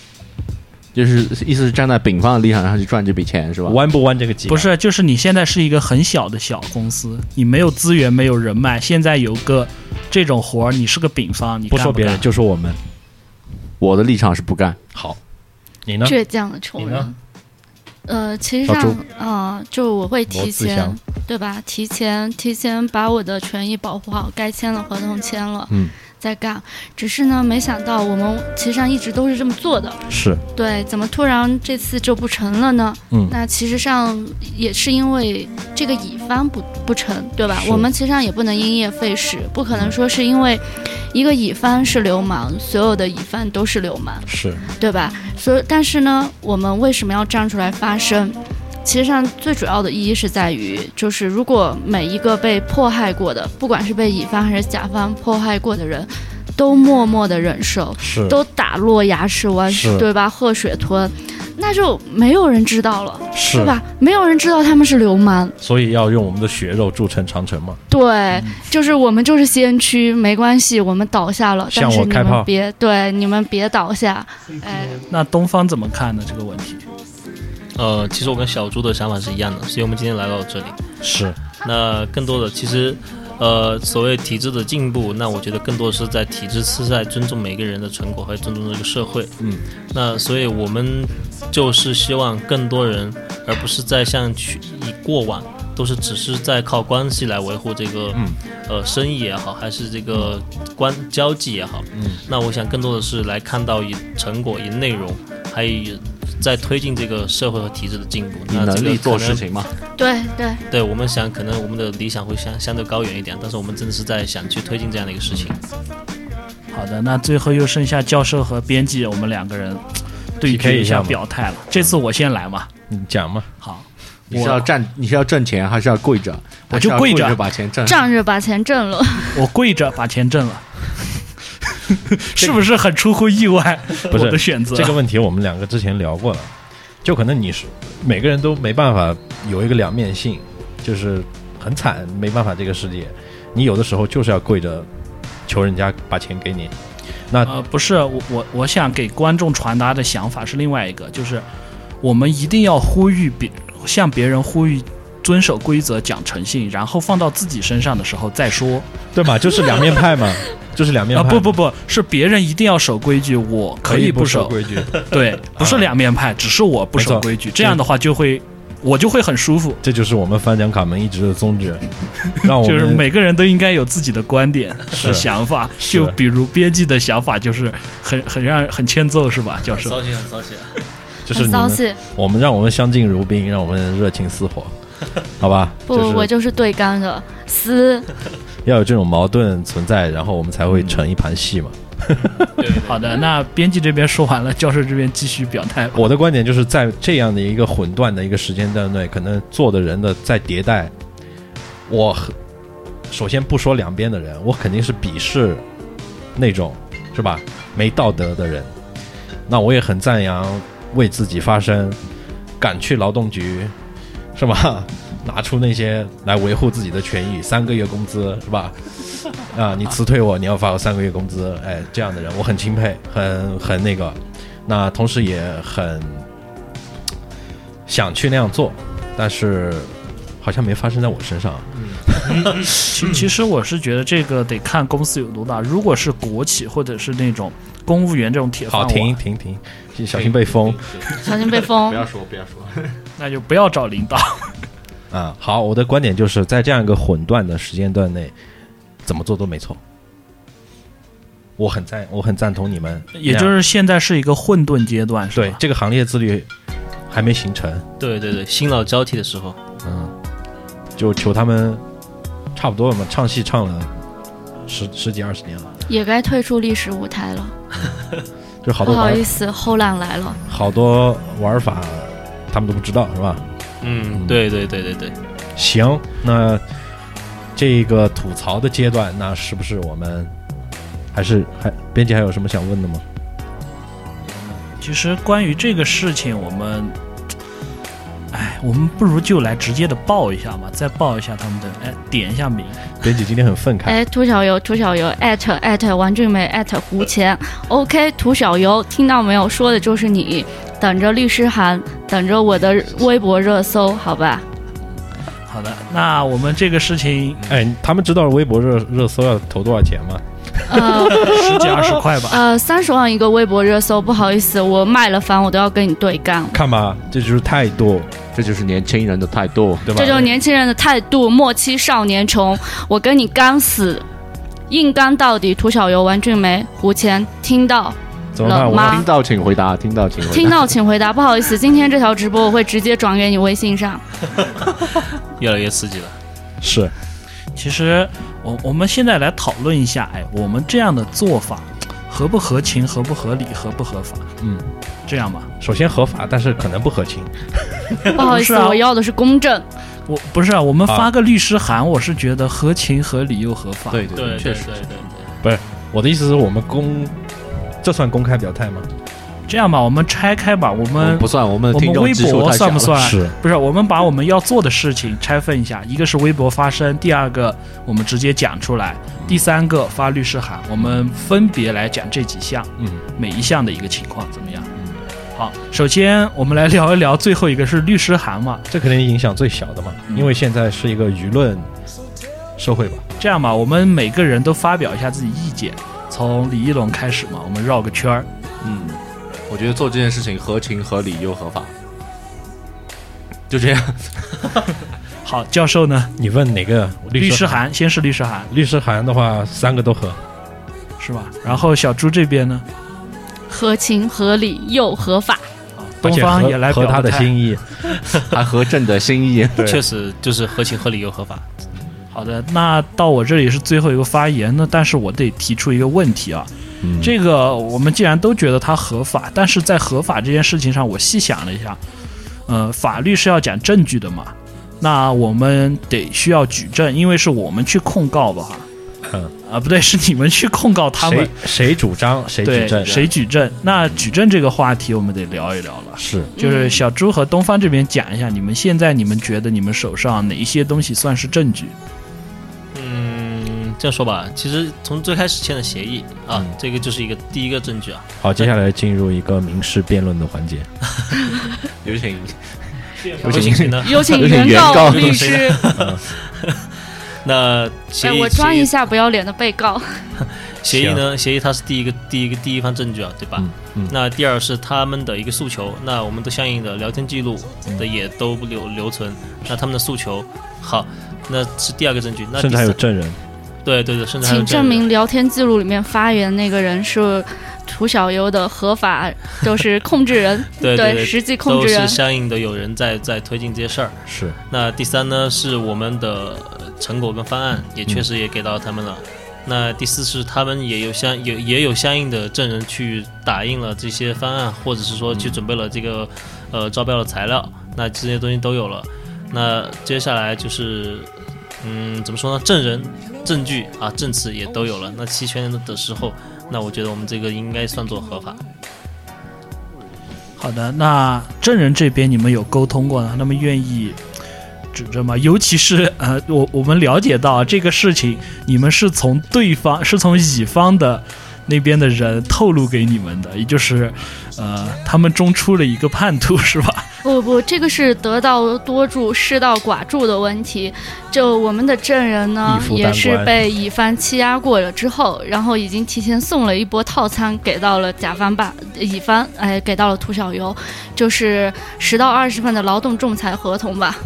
Speaker 11: <laughs>
Speaker 9: 就是意思是站在丙方的立场上去赚这笔钱是吧？
Speaker 10: 弯不弯这个
Speaker 8: 不是，就是你现在是一个很小的小公司，你没有资源，没有人脉。现在有个这种活儿，你是个丙方，你
Speaker 10: 不
Speaker 8: 干
Speaker 10: 说
Speaker 8: 干
Speaker 10: 别人，就说我们。
Speaker 9: 我的立场是不干。
Speaker 10: 好，你呢？
Speaker 12: 倔强的穷
Speaker 10: 你
Speaker 12: 人
Speaker 10: 呢。
Speaker 12: 呃，其实
Speaker 10: 小
Speaker 12: 上
Speaker 10: 周，
Speaker 12: 呃，就我会
Speaker 10: 罗
Speaker 12: 提
Speaker 10: 志
Speaker 12: 前
Speaker 10: 祥，
Speaker 12: 对吧？提前提前把我的权益保护好，该签的合同签了，
Speaker 10: 嗯，
Speaker 12: 再干。只是呢，没想到我们其实上一直都是这么做的，
Speaker 10: 是
Speaker 12: 对，怎么突然这次就不成了呢？
Speaker 10: 嗯
Speaker 12: 那其实上也是因为这个乙方不不成，对吧？
Speaker 10: 是
Speaker 12: 我们其实上也不能因噎废食，不可能说是因为一个乙方是流氓，所有的乙方都是流氓，
Speaker 10: 是，
Speaker 12: 对吧？所以，但是呢，我们为什么要站出来发声？其实上最主要的意义是在于，就是如果每一个被迫害过的，不管是被乙方还是甲方迫害过的人，都默默的忍受，
Speaker 10: 是
Speaker 12: 都打落牙齿弯
Speaker 10: 嗯是，
Speaker 12: 对吧？喝水吞，那就没有人知道了，
Speaker 10: 是
Speaker 12: 吧？没有人知道他们是流氓，
Speaker 10: 所以要用我们的血肉铸成长城嘛。
Speaker 12: 对，就是我们就是先驱，没关系，我们倒下了，
Speaker 8: 向
Speaker 12: 但
Speaker 8: 我
Speaker 12: 是你
Speaker 8: 开炮
Speaker 12: 们别对，你们别倒下，哎，
Speaker 8: 那东方怎么看呢？这个问题？
Speaker 11: 呃，其实我跟小猪的想法是一样的，所以我们今天来到这里。
Speaker 10: 是，
Speaker 11: 那更多的其实，呃，所谓体制的进步，那我觉得更多是在体制是在尊重每个人的成果，还有尊重这个社会。
Speaker 9: 嗯，
Speaker 11: 那所以我们就是希望更多人，而不是在像去以过往都是只是在靠关系来维护这个，
Speaker 10: 嗯、
Speaker 11: 呃，生意也好，还是这个关交际也好，
Speaker 10: 嗯，
Speaker 11: 那我想更多的是来看到以成果、以内容，还有以在推进这个社会和体制的进步。
Speaker 9: 以
Speaker 11: 那这
Speaker 9: 能
Speaker 11: 个
Speaker 9: 力做
Speaker 11: 可能
Speaker 9: 事情嘛。
Speaker 12: 对对。
Speaker 11: 对我们想，可能我们的理想会相相对高远一点，但是我们真的是在想去推进这样的一个事情。
Speaker 8: 好的，那最后又剩下教授和编辑，我们两个人对
Speaker 10: PK
Speaker 8: 决
Speaker 10: 一下
Speaker 8: 下
Speaker 10: 嘛
Speaker 8: 表态了。这次我先来嘛，
Speaker 10: 你讲嘛。
Speaker 8: 好，
Speaker 9: 你是要站，你是要挣钱，还是要跪着？
Speaker 8: 我就
Speaker 9: 还是要
Speaker 8: 跪
Speaker 9: 跪
Speaker 8: 着
Speaker 9: 把钱挣。
Speaker 12: 仗着把钱挣了，
Speaker 8: 我跪着把钱挣
Speaker 10: <laughs>
Speaker 8: 了， <laughs> 是不是很出乎意外？
Speaker 10: 不是
Speaker 8: 我的选择。
Speaker 10: 这个问题，我们两个之前聊过了，就可能你是每个人都没办法有一个两面性，就是很惨，没办法这个世界，你有的时候就是要跪着求人家把钱给你，那
Speaker 8: 呃，不是我我我想给观众传达的想法是另外一个，就是我们一定要呼吁别向别人呼吁遵守规则、讲诚信，然后放到自己身上的时候再说。
Speaker 10: 对嘛，就是两面派嘛，就是两面
Speaker 8: 啊、
Speaker 10: 派嘛、
Speaker 8: 不不不是别人一定要守规矩，我
Speaker 10: 可
Speaker 8: 以
Speaker 10: 以不
Speaker 8: 守
Speaker 10: 守规矩啊
Speaker 8: 对，不是两面派，只是我不
Speaker 10: 没
Speaker 8: 守
Speaker 10: 错
Speaker 8: 规矩，这样的话就会我就会很舒服，
Speaker 10: 这就是我们翻讲卡门一直的宗
Speaker 8: <laughs>
Speaker 10: 旨，让我
Speaker 8: 就
Speaker 10: 们
Speaker 8: 是每个人都应该有自己的观点和
Speaker 10: 是
Speaker 8: 想法。
Speaker 10: 是
Speaker 8: 就比如编辑的想法就是很很让很欠揍是吧，教授？
Speaker 11: 气，很骚气。
Speaker 10: 就是你
Speaker 12: 很
Speaker 10: 们
Speaker 12: 骚气
Speaker 10: 我们让我们相敬如宾，让我们热情似
Speaker 8: <laughs>
Speaker 10: 火，好吧？
Speaker 12: 不，
Speaker 10: 就是
Speaker 12: 我就是对刚的撕。
Speaker 10: 要有这种矛盾存在，然后我们才会成一盘戏嘛。
Speaker 8: 好的，那编辑这边说完了，教授这边继续表态吧。
Speaker 10: 哎我的观点就是在这样的一个混乱的一个时间段内，可能做的人的在迭代，我很首先不说两边的人，我肯定是鄙视那种是吧没道德的人。那我也很赞扬为自己发声、敢去劳动局是吧， <laughs> 拿出那些来维护自己的权益，三个月工资是吧？啊，你辞退我，你要发我三个月工资，哎，这样的人我很钦佩，很很那个，那同时也很想去那样做，但是好像没发生在我身上。嗯
Speaker 8: 其其实我是觉得这个得看公司有多大，如果是国企或者是那种公务员这种铁饭
Speaker 10: 好，
Speaker 8: 碗，
Speaker 10: 停停停，小心被封。
Speaker 12: 小心被封
Speaker 9: 不要说，不要说。
Speaker 8: 那就不要找领
Speaker 10: <laughs>
Speaker 8: 导。
Speaker 10: 啊，好，我的观点就是在这样一个混乱的时间段内，怎么做都没错。我很赞，我很赞同你们，
Speaker 8: 也就是现在是一个混沌阶段，
Speaker 10: 对这个行业自律还没形成，
Speaker 11: <laughs> 对对对，新老交替的时候，
Speaker 10: 嗯，就求他们差不多了嘛，唱戏唱了十十几二十年了，
Speaker 12: 也该退出历史舞台了。
Speaker 10: 就好
Speaker 12: 不
Speaker 10: 多
Speaker 12: 好
Speaker 10: 玩
Speaker 12: 意思，后浪来了。
Speaker 10: 好多玩法他们都不知道是吧？
Speaker 11: 嗯，对对对对对，
Speaker 10: 行，那这个吐槽的阶段，那是不是我们还是还编辑还有什么想问的吗？
Speaker 8: 其实关于这个事情，我们，哎，我们不如就来直接的报一下嘛，再报一下他们的，哎，点一下名。
Speaker 10: 编辑今天很愤慨，
Speaker 12: 哎，涂小游，涂小游，艾特艾特王俊梅，艾特胡钱。OK，涂小游，听到没有？说的就是你，等着律师函，等着我的微博热搜，好吧？
Speaker 8: 好的，那我们这个事情，
Speaker 10: 哎，他们知道微博热热搜要投多少钱吗？
Speaker 12: 呃
Speaker 8: 十几二十块吧。
Speaker 12: 呃，三十万一个微博热搜，不好意思，我卖了房，我都要跟你对干。
Speaker 10: 看吧，这就是态度，
Speaker 9: 这就是年轻人的态度，对吧？
Speaker 12: 这就是年轻人的态度，莫欺少年穷。我跟你刚死，硬刚到底。涂小游、王俊梅、胡钱，听到了
Speaker 9: 我听
Speaker 12: 吗？
Speaker 9: 到请回答，听到请回答。
Speaker 12: 听到请回答。不好意思，今天这条直播我会直接转给你微信上。
Speaker 11: 越来越刺激了。
Speaker 10: 是，
Speaker 8: 其实我我们现在来讨论一下，哎，我们这样的做法合不合情、合不合理、合不合法？
Speaker 10: 嗯，
Speaker 8: 这样吧，
Speaker 10: 首先合法，但是可能不合情。
Speaker 12: 不好意
Speaker 8: 是
Speaker 12: 思，
Speaker 8: 啊
Speaker 12: 我要的是公正。
Speaker 8: 我不是啊，我们
Speaker 10: 啊
Speaker 8: 发个律师函，我是觉得合情、合理又合法。
Speaker 10: 对对
Speaker 11: 对
Speaker 10: 确
Speaker 11: 对
Speaker 10: 实
Speaker 11: 对对，
Speaker 10: 不是我的意思是我们公，这算公开表态吗？
Speaker 8: 这样吧，我们拆开吧，我
Speaker 10: 我
Speaker 8: 们
Speaker 10: 们不算我们
Speaker 8: 我
Speaker 10: 听
Speaker 8: 们
Speaker 10: 众
Speaker 8: 微
Speaker 10: 基数
Speaker 8: 博
Speaker 10: 太小
Speaker 8: 算不
Speaker 10: 了
Speaker 8: 算？
Speaker 10: 是
Speaker 8: 不是？我们把我们要做的事情拆分一下，一个是微博发声，第二个我们直接讲出来，第三个发律师函，我们分别来讲这几项，
Speaker 10: 嗯，
Speaker 8: 每一项的一个情况怎么样？好，首先我们来聊一聊最后一个是律师函嘛，
Speaker 10: 这肯定影响最小的嘛，
Speaker 11: 嗯
Speaker 10: 因为现在是一个舆论社会吧。
Speaker 8: 这样吧，我们每个人都发表一下自己意见，从李一龙开始嘛，我们绕个圈儿，
Speaker 9: 嗯，我觉得做这件事情合情合理又合法，就这样。
Speaker 8: 好，教授呢？
Speaker 10: 你问哪个
Speaker 8: 律
Speaker 10: 师
Speaker 8: 师？函先是律师函
Speaker 10: 律师函的话，三个都合。
Speaker 8: 是吧？然后小猪这边呢，
Speaker 12: 合情合理又合
Speaker 11: <laughs>
Speaker 12: 法。
Speaker 8: 东方也来
Speaker 10: 合
Speaker 8: 表
Speaker 10: 他的
Speaker 8: 态
Speaker 10: 心意，
Speaker 9: 还合朕的心
Speaker 8: <laughs>
Speaker 9: 意。 <laughs>
Speaker 11: 确实就是合情合理又合法。
Speaker 8: 好的，那到我这里是最后一个发言呢，但是我得提出一个问题啊，
Speaker 10: 嗯
Speaker 8: 这个我们既然都觉得它合法，但是在合法这件事情上，我细想了一下，呃，法律是要讲证据的嘛，那我们得需要举证，因为是我们去控告吧哈，
Speaker 10: 嗯
Speaker 8: 啊不对，是你们去控告他们
Speaker 10: 谁，谁主张谁
Speaker 8: 对
Speaker 10: 举证，
Speaker 8: 谁举证？那举证这个话题我们得聊一聊了。
Speaker 10: 是
Speaker 8: 就是小猪和东方这边讲一下，你们现在你们觉得你们手上哪一些东西算是证据？
Speaker 11: 嗯，这样说吧，其实从最开始签的协议啊，
Speaker 9: 嗯
Speaker 11: 这个就是一个第一个证据啊。
Speaker 10: 好，接下来进入一个民事辩论的环节。
Speaker 9: 有请，
Speaker 11: 有请谁呢？
Speaker 12: 有请
Speaker 10: 原
Speaker 12: 原
Speaker 10: 告
Speaker 12: 告
Speaker 10: 律
Speaker 12: 律
Speaker 10: 师
Speaker 12: 师。
Speaker 11: <laughs> 那
Speaker 12: 哎，
Speaker 11: 协议
Speaker 12: 我装
Speaker 11: 协
Speaker 12: 一
Speaker 11: 议
Speaker 12: 下不要脸的被
Speaker 11: <laughs>
Speaker 12: 告。
Speaker 11: 协议呢？协议它是第一个第一个第一方证据啊，对吧？
Speaker 10: 嗯
Speaker 11: 那第二是他们的一个诉求，那我们都相应的聊天记录
Speaker 10: 嗯
Speaker 11: 的也都留留存，那他们的诉求，好，那是第二个证据。那
Speaker 10: 甚至还有
Speaker 11: 第三
Speaker 10: 证人，
Speaker 11: 对对对，甚至还有
Speaker 12: 请证
Speaker 11: 人
Speaker 12: 明聊天记录里面发言那个人是涂小优的合法，就是控制人，
Speaker 11: <laughs> 对对，
Speaker 12: 实际控制啊
Speaker 11: 都
Speaker 12: 人
Speaker 11: 是。相应的有人在在推进这些事儿。
Speaker 10: 是。
Speaker 11: 那第三呢，是我们的呃成果跟方案也确实也给到他们了。那第四是他们也有相有也有相应的证人去打印了这些方案，或者是说去准备了这个、呃招标的材料，那这些东西都有了。那接下来就是嗯怎么说呢，证人、证据啊、证词也都有了。那齐全的时候，那我觉得我们这个应该算作合法。
Speaker 8: 好的，那证人这边你们有沟通过呢？他们愿意指证吗？尤其是呃，我我们了解到这个事情，你们是从对方是从乙方的那边的人透露给你们的，也就是呃，他们中出了一个叛徒是吧？ <laughs>
Speaker 12: 不不，这个是得道多助，失道寡助的问题。就我们的证人呢
Speaker 10: 一，夫
Speaker 12: 也
Speaker 10: 当
Speaker 12: 是
Speaker 10: 关
Speaker 12: 被乙方欺压过了之后，然后已经提前送了一波套餐给到了甲方吧，乙方哎给到了涂小游，就是十到二十份的劳动仲裁合同吧。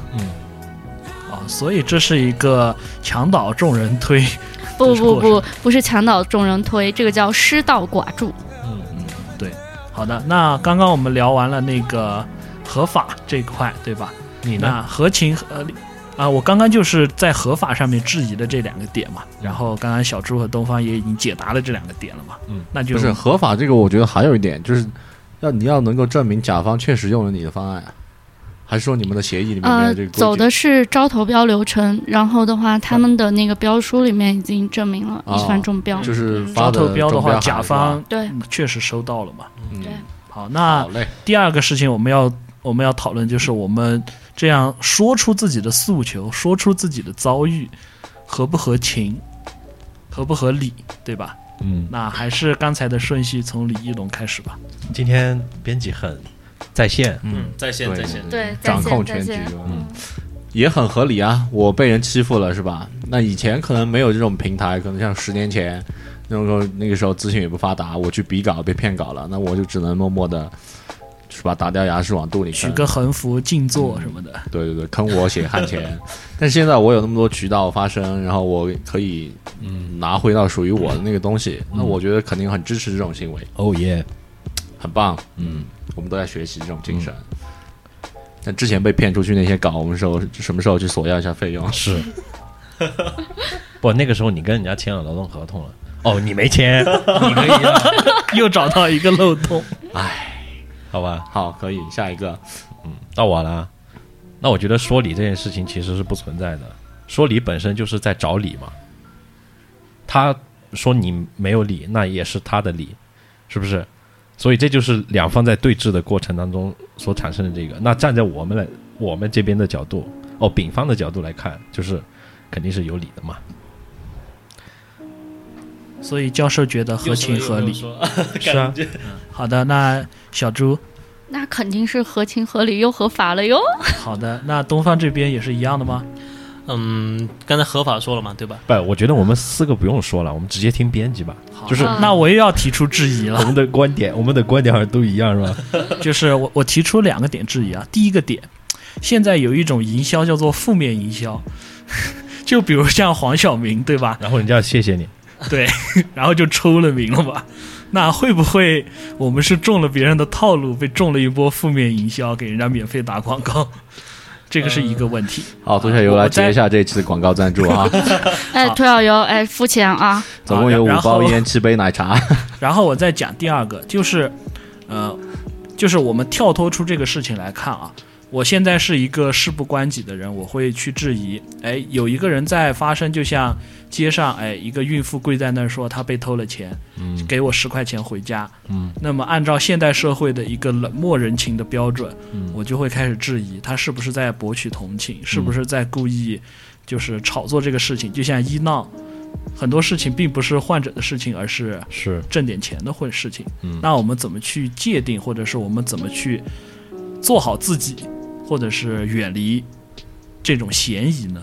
Speaker 8: 啊，所以这是一个墙倒众人推，
Speaker 12: 不
Speaker 8: 这是
Speaker 12: 不
Speaker 8: 过
Speaker 12: 不，不是墙倒众人推，这个叫失道寡助。
Speaker 8: 对，好的，那刚刚我们聊完了那个合法这一块，对吧？
Speaker 10: 你呢
Speaker 8: 那合情合理啊，我刚刚就是在合法上面质疑的这两个点
Speaker 9: 嗯
Speaker 8: 嘛，然后刚刚小朱和东方也已经解答了这两个点了嘛，
Speaker 10: 嗯，
Speaker 8: 那就
Speaker 9: 不是合法这个，我觉得还有一点就是，要你要能够证明甲方确实用了你的方案，还是说你们的协议里面没有
Speaker 12: 呃
Speaker 9: 这个，规
Speaker 12: 走
Speaker 9: 定？
Speaker 12: 的是招投标流程，然后的话，他们的那个标书里面已经证明了
Speaker 9: 啊
Speaker 12: 一番中标，
Speaker 9: 就是
Speaker 8: 招
Speaker 9: 发
Speaker 8: 投标的
Speaker 9: 中
Speaker 8: 话，
Speaker 9: 函啊
Speaker 8: 甲
Speaker 9: 是吧
Speaker 8: 方
Speaker 12: 对
Speaker 8: 确实收到了嘛，
Speaker 9: 嗯
Speaker 12: 对
Speaker 8: 好，那
Speaker 9: 好嘞
Speaker 8: 第二个事情我们要我们要讨论就是我们这样说出自己的诉求，说出自己的遭遇，合不合情，合不合理，对吧？
Speaker 10: 嗯，
Speaker 8: 那还是刚才的顺序，从李一龙开始吧。
Speaker 10: 今天编辑很在线，
Speaker 11: 嗯，在线在线
Speaker 12: 对在
Speaker 9: 掌
Speaker 12: 线
Speaker 9: 控
Speaker 12: 在
Speaker 9: 全局
Speaker 12: 线，
Speaker 9: 嗯，也很合理啊。我被人欺负了是吧？那以前可能没有这种平台，可能像十年前那种时候，那个时候资讯也不发达，我去比稿被骗稿了，那我就只能默默的，是吧？打掉牙齿往肚里
Speaker 8: 举
Speaker 9: 啃。
Speaker 8: 个横幅、静坐什么的，
Speaker 9: <laughs> 对对对，坑我血汗钱。但是现在我有那么多渠道发声，然后我可以拿回到属于我的那个东西，那我觉得肯定很支持这种行为，
Speaker 10: 哦耶，
Speaker 9: 很棒。嗯，我们都在学习这种精神。那之前被骗出去那些稿，我们时候什么时候去索要一下费用？
Speaker 8: <laughs>
Speaker 10: 是，不，那个时候你跟人家签了劳动合同了，哦，你没
Speaker 8: <laughs>
Speaker 10: 签，你可以啊了，
Speaker 8: 又找到一个漏洞。
Speaker 10: 好吧，
Speaker 9: 好，可以，下一个，
Speaker 10: 嗯，到我了啊。那我觉得说理这件事情其实是不存在的，说理本身就是在找理嘛。他说你没有理，那也是他的理，是不是？所以这就是两方在对峙的过程当中所产生的这个。那站在我们来我们这边的角度，哦，丙方的角度来看，就是肯定是有理的 <laughs> 嘛。
Speaker 8: 所以教授觉得合情合理。
Speaker 10: 是啊，
Speaker 8: 好的，那小朱，
Speaker 12: 那肯定是合情合理又合法了哟。
Speaker 8: 好的，那东方这边也是一样的吗？
Speaker 11: 嗯，刚才合法说了嘛，对吧？
Speaker 10: 不，我觉得我们四个不用说了，我们直接听编辑吧。就是
Speaker 12: 啊
Speaker 8: 那我又要提出质疑
Speaker 10: 我
Speaker 8: 了， <laughs>
Speaker 10: 们的观点，我们的观点好像都一样，是吧？
Speaker 8: 就是我我提出两个点质疑啊。第一个点，现在有一种营销叫做负面营销， <laughs> 就比如像黄晓明对吧？
Speaker 10: <laughs> 然后人家谢谢你，
Speaker 8: 对，然后就出了名了吧？那会不会我们是中了别人的套路，被中了一波负面营销，给人家免费打广告？这个是一个问题。
Speaker 9: 好，涂小游来
Speaker 8: 我在
Speaker 9: 接一下这次广告赞助 <laughs> 啊，
Speaker 12: 哎，屠小游，哎，付钱啊！
Speaker 9: 总共有五
Speaker 8: 然后
Speaker 9: 包烟、七杯奶茶。
Speaker 8: <laughs> 然后我再讲第二个，就是，呃，就是我们跳脱出这个事情来看啊，我现在是一个事不关己的人，我会去质疑，哎，有一个人在发生，就像街上，哎，一个孕妇跪在那儿说她被偷了钱，
Speaker 10: 嗯
Speaker 8: 给我十块钱回家，
Speaker 10: 嗯，
Speaker 8: 那么按照现代社会的一个冷漠人情的标准，
Speaker 10: 嗯
Speaker 8: 我就会开始质疑他是不是在博取同情，是
Speaker 9: 嗯
Speaker 8: 不是在故意就是炒作这个事情，就像医闹。很多事情并不是患者的事情，而是
Speaker 10: 是
Speaker 8: 挣点钱的混事情。
Speaker 10: 嗯
Speaker 8: 那我们怎么去界定，或者是我们怎么去做好自己，或者是远离这种嫌疑呢？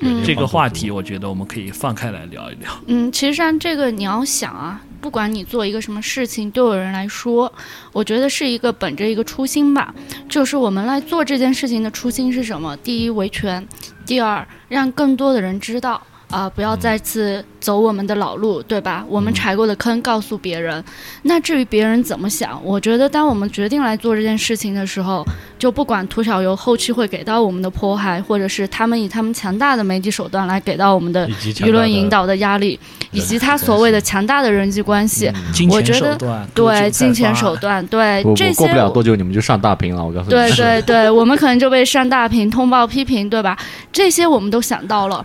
Speaker 12: 嗯
Speaker 8: 这个话题，我觉得我们可以放开来聊一聊。
Speaker 12: 嗯，其实上这个你要想啊，不管你做一个什么事情，对有人来说，我觉得是一个本着一个初心吧，就是我们来做这件事情的初心是什么？第一，维权；第二，让更多的人知道。啊、不要再次走我们的老路，对吧？我们踩过的坑告诉别人。那至于别人怎么想，我觉得当我们决定来做这件事情的时候，就不管涂小游后期会给到我们的迫害，或者是他们以他们强大的媒体手段来给到我们的
Speaker 10: 以及强
Speaker 12: 舆
Speaker 10: 大
Speaker 12: 论
Speaker 10: 的
Speaker 12: 引导的压力，以及他所谓的强大的人际关系，
Speaker 10: 嗯
Speaker 8: 金
Speaker 12: 我
Speaker 8: 钱
Speaker 12: 觉
Speaker 8: 手
Speaker 12: 得
Speaker 8: 段，
Speaker 12: 对嗯金钱手
Speaker 8: 段。
Speaker 12: 段，
Speaker 9: 嗯
Speaker 12: 对
Speaker 9: 不
Speaker 12: 这
Speaker 9: 不，
Speaker 12: 些
Speaker 9: 过不了
Speaker 12: 我
Speaker 9: 多久你们就上大屏了，我告诉你。
Speaker 12: 对对对，我们可能就被上大屏、通报批评，对吧？这些我们都想到了，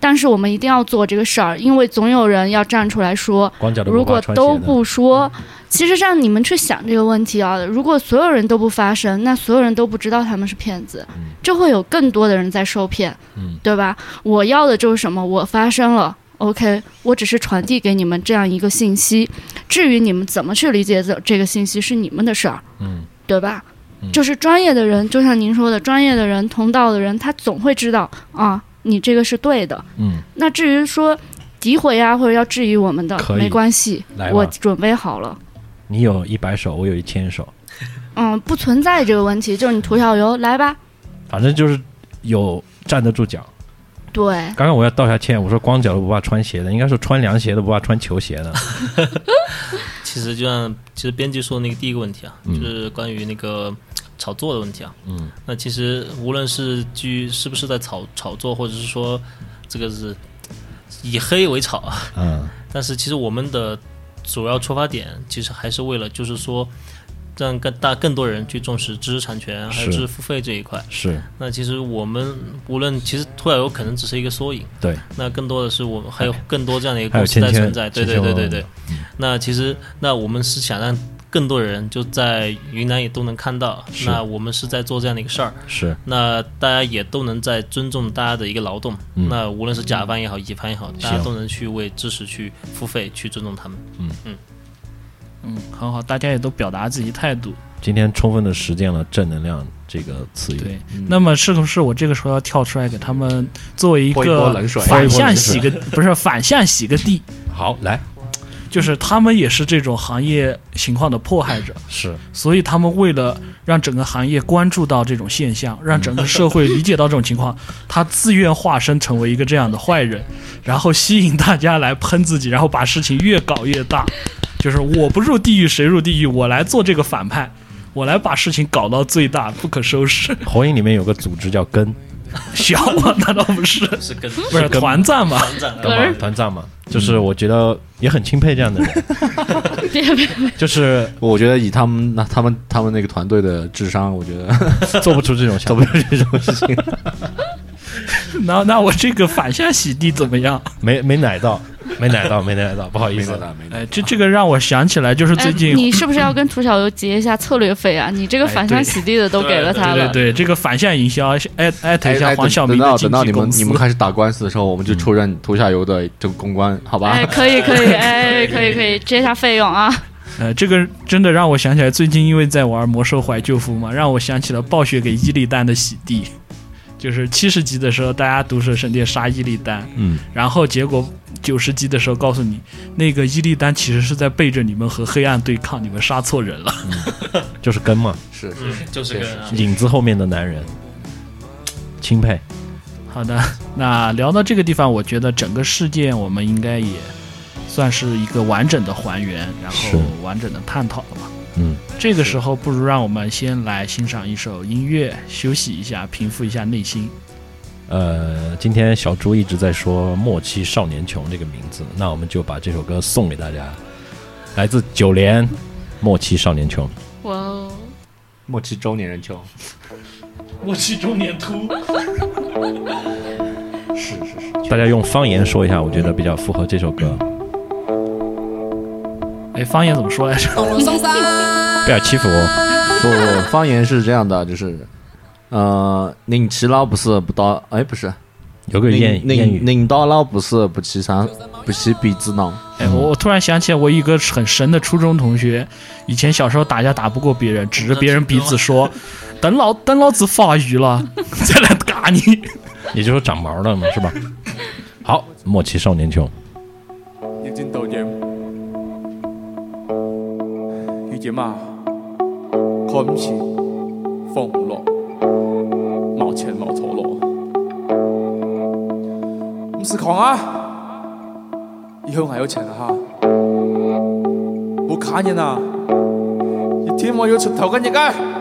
Speaker 12: 但是我们一定要做这个事儿，因为总有人要站出来说，
Speaker 10: 光脚的
Speaker 12: 如
Speaker 10: 不怕
Speaker 12: 果
Speaker 10: 穿鞋
Speaker 12: 都
Speaker 10: 的。
Speaker 12: 不说，其实让你们去想这个问题啊，如果所有人都不发声，那所有人都不知道他们是骗子，就会有更多的人在受骗，
Speaker 10: 嗯
Speaker 12: 对吧？我要的就是什么？我发声了。OK，我只是传递给你们这样一个信息，至于你们怎么去理解这这个信息是你们的事儿，
Speaker 10: 嗯，
Speaker 12: 对吧？就是专业的人，就像您说的，专业的人、同道的人，他总会知道啊，你这个是对的。
Speaker 10: 嗯，
Speaker 12: 那至于说诋毁啊，或者要质疑我们的，
Speaker 10: 可以
Speaker 12: 没关系
Speaker 10: 来，吧
Speaker 12: 我准备好了。
Speaker 10: 你有一百首，我有一千首，
Speaker 12: 嗯，不存在这个问题，就是你涂小油来吧。
Speaker 10: 反正就是有站得住脚。
Speaker 12: 对，
Speaker 10: 刚刚我要道一下歉，我说光脚的不怕穿鞋的，应该说穿凉鞋的不怕穿球鞋
Speaker 12: <laughs>
Speaker 10: 的。
Speaker 11: 其实就像其实编辑说的那个第一个问题啊，
Speaker 10: 嗯
Speaker 11: 就是关于那个炒作的问题啊。
Speaker 10: 嗯，
Speaker 11: 那其实无论是基于是不是在炒炒作，或者是说这个是以黑为炒啊， <laughs>
Speaker 10: 嗯，
Speaker 11: 但是其实我们的主要出发点其实还是为了就是说让更大更多人去重视知识产权还
Speaker 10: 是
Speaker 11: 有知识付费这一块。
Speaker 10: 是，
Speaker 11: 那其实我们无论其实兔小油可能只是一个缩影，
Speaker 10: 对，
Speaker 11: 那更多的是我们还有更多这样的一个
Speaker 10: 还有
Speaker 11: 公司在
Speaker 10: 芊芊
Speaker 11: 存在，对对
Speaker 10: 芊嗯芊
Speaker 11: 对
Speaker 10: 我
Speaker 11: 对对。那其实那我们是想让更多人就在云南也都能看到，
Speaker 10: 是
Speaker 11: 那我们是在做这样的一个事儿，
Speaker 10: 是
Speaker 11: 那大家也都能在尊重大家的一个劳动，
Speaker 10: 嗯
Speaker 11: 那无论是甲方也好，乙方也好，大家
Speaker 8: 行
Speaker 11: 都能去为知识去付费，去尊重他们。
Speaker 10: 嗯
Speaker 11: 嗯，
Speaker 8: 嗯，很好，大家也都表达自己态度。
Speaker 10: 今天充分的实践了正能量这个词语。
Speaker 8: 对，
Speaker 12: 嗯
Speaker 8: 那么是不是我这个时候要跳出来给他们作为一
Speaker 10: 泼一泼
Speaker 8: 个
Speaker 10: 冷水
Speaker 8: 反
Speaker 10: 泼一泼
Speaker 8: 向
Speaker 10: 冷
Speaker 8: 洗
Speaker 10: 水
Speaker 8: 个不是反向洗个地？
Speaker 10: 好，来，
Speaker 8: 就是他们也是这种行业情况的迫害者，
Speaker 12: <laughs>
Speaker 10: 是
Speaker 8: 所以他们为了让整个行业关注到这种现象，
Speaker 9: 嗯
Speaker 8: 让整个社会理解到这种情
Speaker 9: <laughs>
Speaker 8: 况，他自愿化身成为一个这样的坏人，然后吸引大家来喷自己，然后把事情越搞越大。就是我不入地狱谁入地狱，我来做这个反派，我来把事情搞到最大不可收拾。 <laughs>
Speaker 10: 火影里面有个组织叫根，
Speaker 8: 小啊，难道不是？
Speaker 11: 是跟啊
Speaker 8: 不是
Speaker 10: 跟
Speaker 8: 团战嘛？
Speaker 10: 干嘛团战嘛，
Speaker 12: 嗯
Speaker 10: 就是我觉得也很钦佩这样的人。
Speaker 12: <laughs>
Speaker 10: 就是
Speaker 9: 我觉得以他们那他们他们那个团队的智商，我觉得 <laughs>
Speaker 10: 做不出这种事，
Speaker 9: 做不出这种事情。
Speaker 8: 那那我这个反向洗地怎么样？
Speaker 10: 没没奶到，没奶到，没奶到，不好意思，
Speaker 8: 哎，这这个让我想起来，就是最近、
Speaker 12: 哎，你是不是要跟涂小油结一下策略费
Speaker 8: <laughs>
Speaker 12: 啊？你这个
Speaker 8: 哎
Speaker 12: 反向
Speaker 8: 对
Speaker 12: 洗地的都给了他
Speaker 8: 对
Speaker 12: 了
Speaker 8: 对，对，这个反向营销，艾艾特一
Speaker 9: 哎
Speaker 8: 下
Speaker 9: 哎
Speaker 8: 黄晓
Speaker 9: 等
Speaker 8: 明
Speaker 9: 等
Speaker 8: 的
Speaker 9: 到
Speaker 8: 经
Speaker 9: 等到
Speaker 8: 纪
Speaker 9: 你们
Speaker 8: 公司。
Speaker 9: 你们开始打官司的时候，我们就出任涂下游的这个公关，好吧？
Speaker 12: 哎，可以可以，哎，可以可以，结一下费用啊。
Speaker 8: 呃，这个真的让我想起来，最近因为在玩《魔兽怀旧服》嘛，让我想起了暴雪给伊利丹的洗地， <laughs> 就是七十级的时候，大家毒蛇神殿杀伊利丹，
Speaker 10: 嗯，
Speaker 8: 然后结果九十级的时候告诉你，那个伊利丹其实是在背着你们和黑暗对抗，你们杀错人了。
Speaker 10: 就是根嘛，
Speaker 9: 是
Speaker 11: 嗯，就是
Speaker 9: 确
Speaker 11: 跟
Speaker 9: 实
Speaker 10: 影子后面的男人，钦佩。
Speaker 8: 好的， <laughs> 那聊到这个地方，我觉得整个事件我们应该也算是一个完整的还原，然
Speaker 10: 是
Speaker 8: 后完整的探讨了吧。
Speaker 10: 嗯，
Speaker 8: 这个时候不如让我们先来欣赏一首音乐，休息一下，平复一下内心。
Speaker 10: 呃，今天小猪一直在说“莫欺少年穷”这个名字，那我们就把这首歌送给大家，来自九连，《莫欺少年穷》。
Speaker 12: 哇哦，
Speaker 9: 莫欺中年人穷。
Speaker 8: 莫欺中年秃。
Speaker 10: 大家用方言说一下，我觉得比较符合这首歌，
Speaker 8: 哎，方言怎么说来着？
Speaker 10: 不要欺负我。
Speaker 9: 不不，方言是这样的，就是，呃，宁吃老不是不到，哎，不是，
Speaker 10: 有个谚谚
Speaker 9: 宁
Speaker 10: 语
Speaker 9: 宁到老不是不骑山，不骑鼻子囊。
Speaker 8: <laughs> 哎，我我突然想起来，我一个很神的初中同学，以前小时候打架打不过别人，指着别人鼻子说：“等老 <laughs> 等老子发育了， <laughs> 再来打你。”
Speaker 10: 也就是说长毛了嘛，是吧？好，莫欺少年穷。
Speaker 13: 认真道歉。雨姐嘛，看唔起，放唔落，冇钱冇错落，唔是狂啊！以后还有钱哈、啊，冇卡人啊！一天我要出头跟日啊！